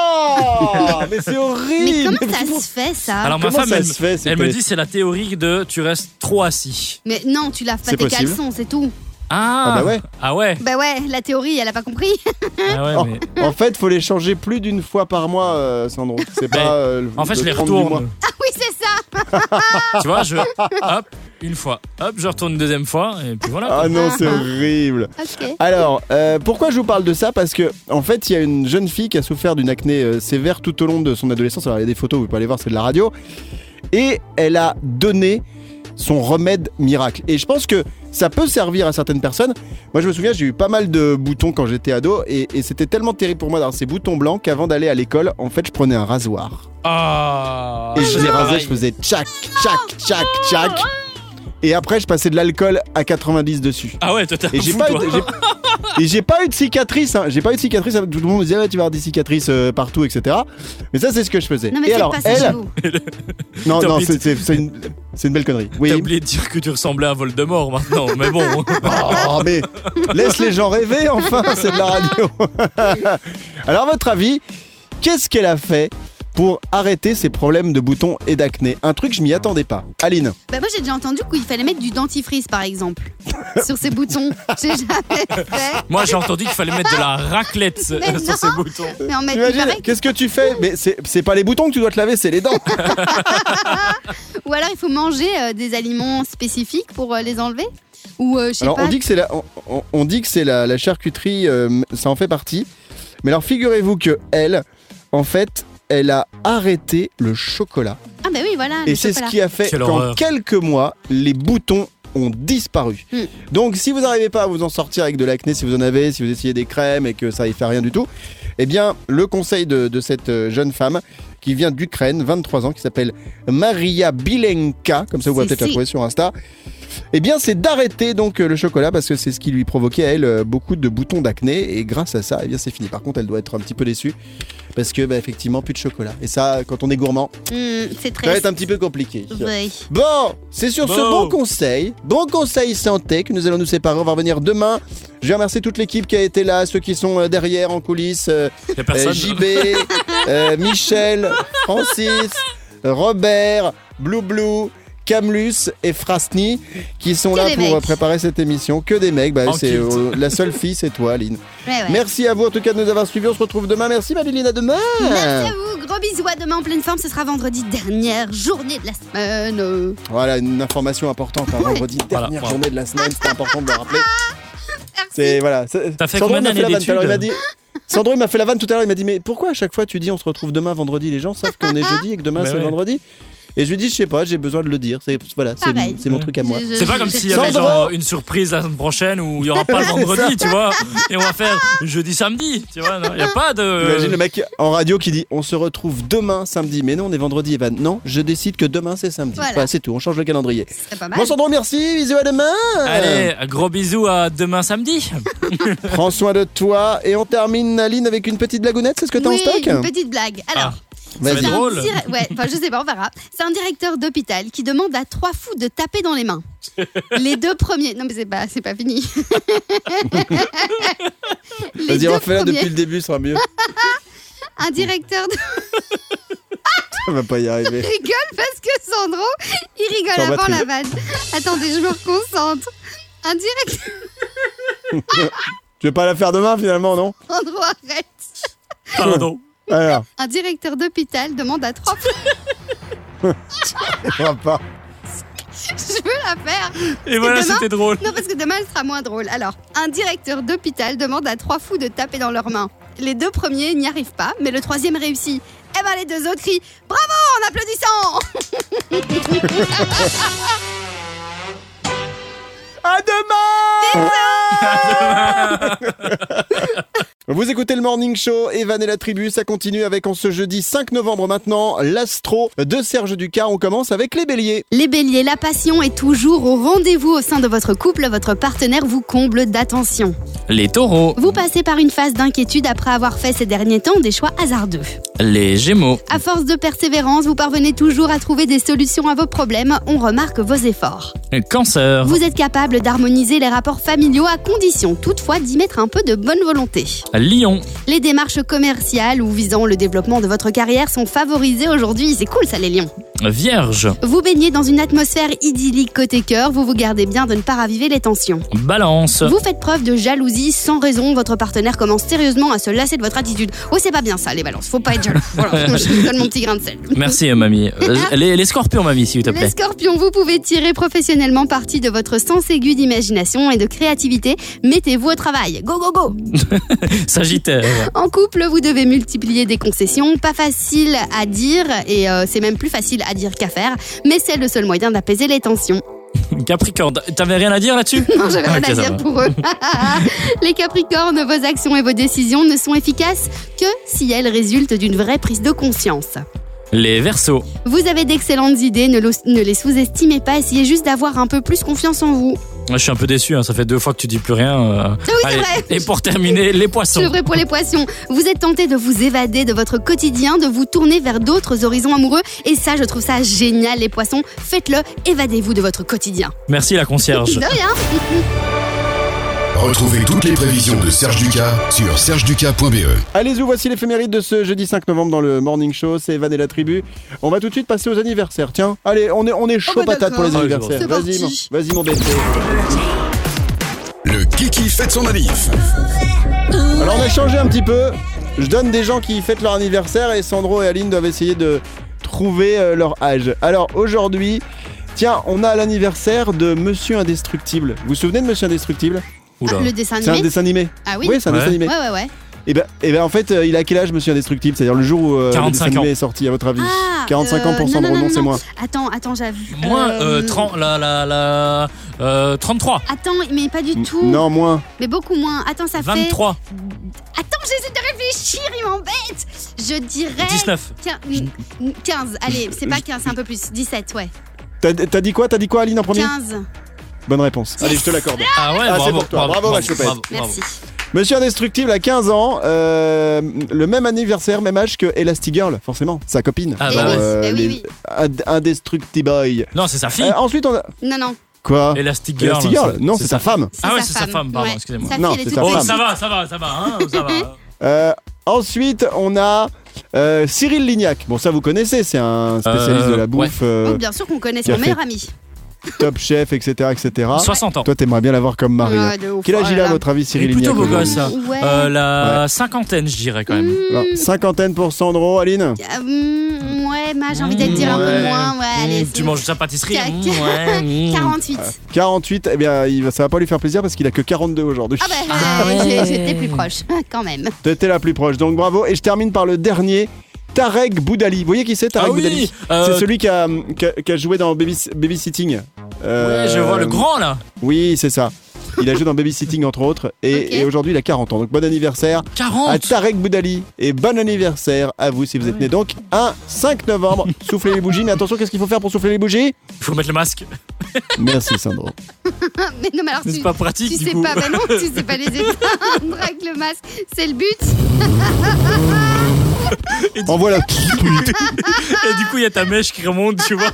[SPEAKER 2] Ah Mais c'est
[SPEAKER 1] Mais
[SPEAKER 2] horrible
[SPEAKER 1] comment ça se fait ça
[SPEAKER 3] Alors, ma
[SPEAKER 2] Ah, Comment
[SPEAKER 3] femme,
[SPEAKER 2] ça
[SPEAKER 3] elle,
[SPEAKER 2] se fait, c'est
[SPEAKER 3] elle
[SPEAKER 2] que
[SPEAKER 3] me
[SPEAKER 2] les-
[SPEAKER 3] dit c'est la théorie de tu restes trop assis.
[SPEAKER 1] Mais non, tu laves pas
[SPEAKER 2] C'est
[SPEAKER 1] tes
[SPEAKER 2] possible.
[SPEAKER 1] caleçons, c'est tout.
[SPEAKER 3] Ah,
[SPEAKER 2] Ah bah ouais.
[SPEAKER 3] Ah ouais.
[SPEAKER 1] Bah ouais, la théorie, elle a pas compris. <laughs>
[SPEAKER 3] Ah ouais,
[SPEAKER 2] Oh.
[SPEAKER 3] mais-
[SPEAKER 2] En fait, faut les changer plus d'une fois par mois, euh, Sandro. C'est pas. euh, le-
[SPEAKER 3] En fait,
[SPEAKER 2] le
[SPEAKER 3] je les
[SPEAKER 2] 30 du mois.
[SPEAKER 3] retourne.
[SPEAKER 1] Ah oui, c'est ça.
[SPEAKER 3] tu vois, je. Hop, une fois. Hop, je retourne une deuxième fois. Et puis voilà.
[SPEAKER 2] Ah non, c'est horrible.
[SPEAKER 1] Ok.
[SPEAKER 2] Alors, euh, pourquoi je vous parle de ça Parce que, en fait, il y a une jeune fille qui a souffert d'une acné euh, sévère tout au long de son adolescence. Alors, il y a des photos, vous pouvez aller voir, c'est de la radio. Et elle a donné son remède miracle. Et je pense que ça peut servir à certaines personnes. Moi, je me souviens, j'ai eu pas mal de boutons quand j'étais ado. Et, et c'était tellement terrible pour moi d'avoir ces boutons blancs qu'avant d'aller à l'école, en fait, je prenais un rasoir.
[SPEAKER 3] Ah.
[SPEAKER 2] Et je les rasais,
[SPEAKER 3] Pareil.
[SPEAKER 2] je faisais tchac, tchac, tchac, tchac. Et après, je passais de l'alcool à 90 dessus.
[SPEAKER 3] Ah ouais, toi t'as
[SPEAKER 2] Et j'ai
[SPEAKER 3] fou,
[SPEAKER 2] pas, eu
[SPEAKER 3] toi.
[SPEAKER 2] de- j'ai- et j'ai pas eu de cicatrice. hein. J'ai pas eu de cicatrice. Tout le monde me disait, Ouais, tu vas avoir des cicatrices euh, partout, etc. Mais ça, c'est ce que je faisais.
[SPEAKER 1] Non mais
[SPEAKER 2] et
[SPEAKER 1] faites
[SPEAKER 2] alors,
[SPEAKER 1] pas ça chez
[SPEAKER 2] elle.
[SPEAKER 1] vous.
[SPEAKER 2] Non,
[SPEAKER 3] Tant
[SPEAKER 2] non,
[SPEAKER 3] pis.
[SPEAKER 2] c'est c'est- c'est une, c'est une belle connerie. Oui.
[SPEAKER 3] T'as oublié de dire que tu ressemblais à Voldemort maintenant,
[SPEAKER 2] <laughs>
[SPEAKER 3] mais bon.
[SPEAKER 2] Oh, mais laisse les gens rêver, enfin, c'est de la radio. <laughs> alors, à votre avis, qu'est-ce qu'elle a fait pour arrêter ces problèmes de boutons et d'acné Un truc, je m'y attendais pas. Aline.
[SPEAKER 1] Bah moi j'ai déjà entendu qu'il fallait mettre du dentifrice
[SPEAKER 2] <laughs>
[SPEAKER 1] par exemple sur ses boutons. J'ai jamais fait.
[SPEAKER 3] Moi j'ai entendu qu'il fallait mettre de la raclette <laughs> sur
[SPEAKER 1] Mais non.
[SPEAKER 3] ces boutons.
[SPEAKER 1] Mais en mettre
[SPEAKER 2] T'imagines
[SPEAKER 1] pareil.
[SPEAKER 2] Qu'est-ce que tu fais Mais c'est c'est pas les boutons que tu dois te laver, c'est les dents.
[SPEAKER 1] Ou alors il faut manger euh, des aliments spécifiques pour euh, les enlever. Ou euh, je sais
[SPEAKER 2] Alors
[SPEAKER 1] pas.
[SPEAKER 2] on dit que c'est la, on, on- on dit que c'est la, la charcuterie, euh, ça en fait partie. Mais alors figurez-vous que elle, en fait, elle a arrêté le chocolat.
[SPEAKER 1] Ah bah oui voilà.
[SPEAKER 2] Et
[SPEAKER 1] le
[SPEAKER 2] c'est ce
[SPEAKER 1] chocolat.
[SPEAKER 2] qui a fait
[SPEAKER 3] Quelle
[SPEAKER 2] qu'en
[SPEAKER 3] horreur.
[SPEAKER 2] quelques mois, les boutons ont disparu.
[SPEAKER 1] Hmm.
[SPEAKER 2] Donc si vous n'arrivez pas à vous en sortir avec de l'acné, si vous en avez, si vous essayez des crèmes et que ça y fait rien du tout, eh bien le conseil de, de cette euh, jeune femme qui vient d'Ukraine, 23 ans, qui s'appelle Maria Bilenka, comme ça vous pouvez
[SPEAKER 1] Si,
[SPEAKER 2] peut-être la
[SPEAKER 1] si.
[SPEAKER 2] trouver sur Insta, eh bien c'est d'arrêter donc euh, le chocolat parce que c'est ce qui lui provoquait à elle euh, beaucoup de boutons d'acné et grâce à ça, eh bien c'est fini. Par contre elle doit être un petit peu déçue parce que bah, effectivement plus de chocolat. Et ça, quand on est gourmand,
[SPEAKER 1] Mmh, c'est
[SPEAKER 2] ça va
[SPEAKER 1] très.
[SPEAKER 2] être un petit peu compliqué.
[SPEAKER 1] Ouais.
[SPEAKER 2] Bon, c'est sur ce
[SPEAKER 3] Bon.
[SPEAKER 2] bon conseil, bon conseil santé que nous allons nous séparer. On va revenir demain. Je remercie toute l'équipe qui a été là, ceux qui sont euh, derrière en coulisses, euh,
[SPEAKER 3] Y a
[SPEAKER 2] euh,
[SPEAKER 3] personne.
[SPEAKER 2] JB,
[SPEAKER 3] <laughs>
[SPEAKER 2] euh, Michel, Francis, Robert, Blue Blue. Camlus et Frasny qui sont
[SPEAKER 1] Que
[SPEAKER 2] là
[SPEAKER 1] des
[SPEAKER 2] pour euh,
[SPEAKER 1] mecs.
[SPEAKER 2] préparer cette émission. Que des mecs, bah,
[SPEAKER 3] En
[SPEAKER 2] c'est
[SPEAKER 3] kilt.
[SPEAKER 2] euh, la seule fille, c'est toi, Aline.
[SPEAKER 1] Ouais, ouais.
[SPEAKER 2] Merci à vous en tout cas de nous avoir suivis. On se retrouve demain. Merci, Madeline, à demain.
[SPEAKER 1] Merci à vous, gros bisous à demain en pleine forme, ce sera vendredi dernière journée de la semaine. euh.
[SPEAKER 2] Voilà, une information importante. hein, vendredi,
[SPEAKER 3] Voilà,
[SPEAKER 2] dernière
[SPEAKER 3] voilà.
[SPEAKER 2] journée de la semaine, c'est important de le rappeler.
[SPEAKER 1] <laughs> Merci.
[SPEAKER 2] C'est voilà.
[SPEAKER 3] T'as fait
[SPEAKER 2] Sandro
[SPEAKER 3] combien
[SPEAKER 2] m'a fait la
[SPEAKER 3] d'années
[SPEAKER 2] vanne tout à l'heure, il m'a dit.
[SPEAKER 3] d'études
[SPEAKER 2] Sandro il m'a
[SPEAKER 1] <laughs>
[SPEAKER 2] fait la vanne tout à l'heure, il m'a dit mais pourquoi à chaque fois tu dis on se retrouve demain vendredi les gens savent qu'on est jeudi et que demain
[SPEAKER 3] Mais
[SPEAKER 2] c'est
[SPEAKER 3] Bah ouais.
[SPEAKER 2] vendredi Et je lui dis, je sais pas, j'ai besoin de le dire. C'est voilà, c'est
[SPEAKER 1] Pareil.
[SPEAKER 2] c'est mon truc à moi.
[SPEAKER 1] Je- je-
[SPEAKER 3] C'est pas
[SPEAKER 1] je-
[SPEAKER 3] comme euh,
[SPEAKER 1] je-
[SPEAKER 3] s'il y avait
[SPEAKER 2] Sandro
[SPEAKER 3] genre une surprise la semaine prochaine où il
[SPEAKER 1] <laughs>
[SPEAKER 3] y aura pas le vendredi, tu vois. Et on va faire jeudi samedi, tu vois. non, Il y a pas de.
[SPEAKER 2] Imagine le mec en radio qui dit on se retrouve demain samedi. Mais non, on est vendredi, Evan. Non, je décide que demain c'est samedi.
[SPEAKER 1] Voilà.
[SPEAKER 2] Voilà, c'est tout, on change le calendrier.
[SPEAKER 1] Ce serait pas mal.
[SPEAKER 2] Bon, Sandro, merci. Bisous à demain.
[SPEAKER 3] Allez, un gros bisous à demain samedi.
[SPEAKER 2] Prends soin de toi. Et on termine, Aline, avec une petite blagounette. C'est ce que t'as
[SPEAKER 1] Oui,
[SPEAKER 2] en stock
[SPEAKER 1] une petite blague. Alors,
[SPEAKER 3] Ah, ça va
[SPEAKER 2] Vas-y.
[SPEAKER 3] être
[SPEAKER 1] C'est un
[SPEAKER 3] drôle.
[SPEAKER 1] dire- Ouais, enfin, je sais pas, on verra. C'est un directeur d'hôpital qui demande à trois fous de taper dans les
[SPEAKER 3] <laughs>
[SPEAKER 1] mains. Les deux premiers. Non, mais c'est pas, c'est pas fini. Les
[SPEAKER 2] Vas-y,
[SPEAKER 1] deux
[SPEAKER 2] refais-la
[SPEAKER 1] premiers-
[SPEAKER 2] depuis le début, ce sera mieux.
[SPEAKER 1] Un directeur de...
[SPEAKER 2] <laughs> On va pas y arriver.
[SPEAKER 1] rigole parce que Sandro, il
[SPEAKER 2] Sans
[SPEAKER 1] rigole avant
[SPEAKER 2] batterie.
[SPEAKER 1] la vanne. Attendez, je me reconcentre. Un directeur.
[SPEAKER 2] Tu veux pas la faire demain, finalement, non
[SPEAKER 1] Sandro, arrête.
[SPEAKER 3] Pardon.
[SPEAKER 2] Alors,
[SPEAKER 1] Un directeur d'hôpital demande à trois fous.
[SPEAKER 2] on va pas.
[SPEAKER 1] Je veux la faire.
[SPEAKER 3] Et voilà,
[SPEAKER 1] demain
[SPEAKER 3] c'était drôle.
[SPEAKER 1] Non, parce que demain, elle sera moins drôle. Alors, un directeur d'hôpital demande à trois fous de taper dans leurs mains. Les deux premiers n'y arrivent pas, mais le troisième réussit. Eh ben, les deux autres crient « Bravo !» en applaudissant
[SPEAKER 2] À demain Vous écoutez le Morning Show, Evan et la tribu, ça continue avec en ce jeudi 5 novembre maintenant, l'astro de Serge Ducas. On commence avec les béliers.
[SPEAKER 1] Les béliers, la passion est toujours au rendez-vous au sein de votre couple. Votre partenaire vous comble d'attention.
[SPEAKER 3] <laughs> Les taureaux,
[SPEAKER 1] Vous passez par une phase d'inquiétude après avoir fait ces derniers temps des choix hasardeux.
[SPEAKER 3] les gémeaux,
[SPEAKER 1] À force de persévérance, vous parvenez toujours à trouver des solutions à vos problèmes. On remarque vos efforts.
[SPEAKER 3] cancer,
[SPEAKER 1] Vous êtes capable d'harmoniser les rapports familiaux à condition toutefois d'y mettre un peu de bonne volonté.
[SPEAKER 3] lion,
[SPEAKER 1] Les démarches commerciales ou visant le développement de votre carrière sont favorisées aujourd'hui, c'est cool ça les lions.
[SPEAKER 3] vierge,
[SPEAKER 1] Vous baignez dans une atmosphère idyllique côté cœur, vous vous gardez bien de ne pas raviver les tensions.
[SPEAKER 3] balance,
[SPEAKER 1] Vous faites preuve de jalousie sans raison, votre partenaire commence sérieusement à se lasser de votre attitude. Oh c'est pas bien ça les balances, faut pas être
[SPEAKER 3] <laughs>
[SPEAKER 1] jaloux. Voilà, je vous donne mon petit grain de sel.
[SPEAKER 3] Merci
[SPEAKER 1] <laughs>
[SPEAKER 3] euh, mamie. Euh, les, les scorpions mamie s'il te
[SPEAKER 1] Les
[SPEAKER 3] plaît.
[SPEAKER 1] scorpions, vous pouvez tirer professionnellement parti de votre sens aigu d'imagination et de créativité. Mettez-vous au travail. Go, go, go
[SPEAKER 3] Sagittaire,
[SPEAKER 1] En couple, vous devez multiplier des concessions. Pas facile à dire, et euh, c'est même plus facile à dire qu'à faire, mais c'est le seul moyen d'apaiser les tensions.
[SPEAKER 3] Capricorne, t'avais rien à dire là-dessus
[SPEAKER 1] Non, j'avais rien
[SPEAKER 3] Ok,
[SPEAKER 1] à
[SPEAKER 3] ça
[SPEAKER 1] dire
[SPEAKER 3] va.
[SPEAKER 1] pour
[SPEAKER 3] <laughs>
[SPEAKER 1] eux. les capricornes, vos actions et vos décisions ne sont efficaces que si elles résultent d'une vraie prise de conscience.
[SPEAKER 3] Les Verseaux,
[SPEAKER 1] Vous avez d'excellentes idées, ne, lo- ne les sous-estimez pas, essayez juste d'avoir un peu plus confiance en vous.
[SPEAKER 3] je suis un peu déçu, hein, ça fait deux fois que tu dis plus rien. euh.
[SPEAKER 1] Ah oui, c'est vrai.
[SPEAKER 3] Et pour terminer, les
[SPEAKER 1] C'est
[SPEAKER 3] poissons.
[SPEAKER 1] vrai pour les poissons. Vous êtes tenté de vous évader de votre quotidien, de vous tourner vers d'autres horizons amoureux. Et ça, je trouve ça génial, les poissons. Faites-le, évadez-vous de votre quotidien.
[SPEAKER 3] Merci
[SPEAKER 1] <laughs>
[SPEAKER 3] la concierge.
[SPEAKER 1] De rien.
[SPEAKER 6] Retrouvez toutes les prévisions de Serge Ducas sur sergeducas.be.
[SPEAKER 2] Allez-y, voici l'éphéméride de ce jeudi 5 novembre dans le Morning Show, c'est Evan et la tribu. On va tout de suite passer aux anniversaires, tiens. Allez, on est, on est chaud
[SPEAKER 1] bah
[SPEAKER 2] patate pour les
[SPEAKER 1] d'accord.
[SPEAKER 2] anniversaires.
[SPEAKER 1] C'est
[SPEAKER 2] Vas-y, mon,
[SPEAKER 1] parti.
[SPEAKER 2] vas-y, mon bébé.
[SPEAKER 6] Le Kiki fête son manif.
[SPEAKER 2] Alors on a changé un petit peu. Je donne des gens qui fêtent leur anniversaire et Sandro et Aline doivent essayer de trouver euh, leur âge. Alors aujourd'hui, tiens, on a l'anniversaire de Monsieur Indestructible. Vous vous souvenez de Monsieur Indestructible
[SPEAKER 3] Oula.
[SPEAKER 1] Ah, Le dessin
[SPEAKER 2] C'est un
[SPEAKER 1] animé.
[SPEAKER 2] dessin animé.
[SPEAKER 1] Ah oui.
[SPEAKER 2] c'est un dessin
[SPEAKER 3] Ouais.
[SPEAKER 2] animé.
[SPEAKER 1] Ouais, ouais, ouais.
[SPEAKER 2] Et ben, et ben en fait, euh, il a quel âge Monsieur Indestructible C'est-à-dire le jour où euh, le
[SPEAKER 3] 45
[SPEAKER 2] dessin animé
[SPEAKER 3] ans.
[SPEAKER 2] est sorti, à votre avis
[SPEAKER 1] Ah,
[SPEAKER 2] 45 ans
[SPEAKER 1] euh,
[SPEAKER 2] pour Sandro, non, c'est moi.
[SPEAKER 1] Attends, attends, j'avoue.
[SPEAKER 3] Moi, euh, 30, la, la, la, euh, 33,
[SPEAKER 1] Attends, mais pas du tout.
[SPEAKER 2] Non, moins.
[SPEAKER 1] Mais beaucoup moins. Attends, ça fait.
[SPEAKER 3] 23,
[SPEAKER 1] Attends, j'essaie de réfléchir, il m'embête. Je dirais.
[SPEAKER 3] 19.
[SPEAKER 1] 15. 15. Allez, c'est pas 15, c'est un peu plus. 17, ouais.
[SPEAKER 2] T'as t'as dit quoi T'as dit quoi, Aline, en premier
[SPEAKER 1] 15.
[SPEAKER 2] Bonne réponse. Allez, je te l'accorde.
[SPEAKER 3] Ah ouais,
[SPEAKER 2] Ah, c'est
[SPEAKER 3] bravo,
[SPEAKER 2] pour toi. Bravo, ma choupette.
[SPEAKER 1] Merci.
[SPEAKER 2] Monsieur Indestructible a 15 ans, euh, le même anniversaire, même âge que Elastigirl, forcément, sa copine.
[SPEAKER 3] Ah
[SPEAKER 1] Eh
[SPEAKER 3] bah
[SPEAKER 1] oui,
[SPEAKER 3] ouais.
[SPEAKER 2] Euh,
[SPEAKER 1] eh oui,
[SPEAKER 2] les-
[SPEAKER 1] oui.
[SPEAKER 2] Ind- Indestructible Boy.
[SPEAKER 3] Non, c'est sa fille.
[SPEAKER 2] Euh, ensuite, on a.
[SPEAKER 1] Non, non.
[SPEAKER 2] Quoi
[SPEAKER 3] Elastic Girl.
[SPEAKER 2] Elastigirl Non, c'est sa femme.
[SPEAKER 3] Ah ouais, c'est sa femme, pardon, excusez-moi.
[SPEAKER 1] Sa
[SPEAKER 2] Non,
[SPEAKER 1] fille, elle
[SPEAKER 2] c'est
[SPEAKER 1] est
[SPEAKER 2] sa
[SPEAKER 1] toute
[SPEAKER 3] Oh,
[SPEAKER 2] femme.
[SPEAKER 1] petite.
[SPEAKER 3] ça va, ça va, ça va, hein, ça va.
[SPEAKER 1] Mm-hmm.
[SPEAKER 2] Euh, ensuite, on a euh, Cyril Lignac. Bon, ça vous connaissez, c'est un spécialiste
[SPEAKER 3] Euh,
[SPEAKER 2] de la bouffe, euh,
[SPEAKER 1] Oh, bien sûr qu'on connaît
[SPEAKER 2] qui a
[SPEAKER 1] son
[SPEAKER 2] fait-
[SPEAKER 1] meilleur ami.
[SPEAKER 2] <laughs> top chef, etc. etc.
[SPEAKER 3] 60 ans.
[SPEAKER 2] Toi, t'aimerais bien l'avoir comme mari. hein.
[SPEAKER 1] Ouais, de ouf.
[SPEAKER 2] Quel âge
[SPEAKER 1] Oh
[SPEAKER 2] il a, à
[SPEAKER 1] là là.
[SPEAKER 2] votre avis, Cyril
[SPEAKER 3] Il est plutôt
[SPEAKER 2] Lignac
[SPEAKER 3] beau
[SPEAKER 2] aujourd'hui
[SPEAKER 3] gosse, ça.
[SPEAKER 2] Ah.
[SPEAKER 1] Ouais.
[SPEAKER 3] Euh, la cinquantaine, je dirais quand même.
[SPEAKER 2] Alors,
[SPEAKER 1] Mm.
[SPEAKER 2] Cinquantaine pour Sandro, Aline
[SPEAKER 1] Ah, mm, ouais, ma, j'ai envie de te dire un
[SPEAKER 3] Ouais.
[SPEAKER 1] peu moins. Ouais,
[SPEAKER 3] Mmh,
[SPEAKER 1] allez, c'est-
[SPEAKER 3] tu manges sa pâtisserie
[SPEAKER 1] Caca. <laughs>
[SPEAKER 3] mmh, ouais, mmh.
[SPEAKER 1] 48.
[SPEAKER 2] 48, eh bien, il va- ça va pas lui faire plaisir parce qu'il a que 42 aujourd'hui.
[SPEAKER 1] Ah bah,
[SPEAKER 3] Ah
[SPEAKER 1] euh,
[SPEAKER 3] ouais.
[SPEAKER 1] j'ai- j'étais plus proche, <laughs> quand même.
[SPEAKER 2] T'étais la plus proche, donc bravo. Et je termine par le dernier. Tarek Boudali. Vous voyez qui c'est Tarek
[SPEAKER 3] Ah oui,
[SPEAKER 2] Boudali
[SPEAKER 3] euh,
[SPEAKER 2] C'est celui qui a, qui a- qui a joué dans Baby, Babysitting. Euh,
[SPEAKER 3] Ouais, je vois le grand là.
[SPEAKER 2] Oui, c'est ça. Il a joué dans Babysitting entre autres. Et,
[SPEAKER 1] Ok.
[SPEAKER 2] et aujourd'hui, il a 40 ans. Donc bon anniversaire à
[SPEAKER 3] 40.
[SPEAKER 2] Tarek Boudali. Et bon anniversaire à vous si vous êtes né donc un 5 novembre. Soufflez les bougies. Mais attention, qu'est-ce qu'il faut faire pour souffler les bougies
[SPEAKER 3] Il faut mettre le masque.
[SPEAKER 2] Merci Sandro.
[SPEAKER 1] Ah, mais non, mais alors,
[SPEAKER 3] C'est
[SPEAKER 1] tu,
[SPEAKER 3] pas pratique
[SPEAKER 1] tu
[SPEAKER 3] du
[SPEAKER 1] sais
[SPEAKER 3] coup. <laughs>
[SPEAKER 1] pas, bah non, tu sais pas les éteindre avec le masque. C'est le but.
[SPEAKER 2] En voilà.
[SPEAKER 1] <laughs>
[SPEAKER 3] Et du coup, il y a ta mèche qui remonte, tu vois.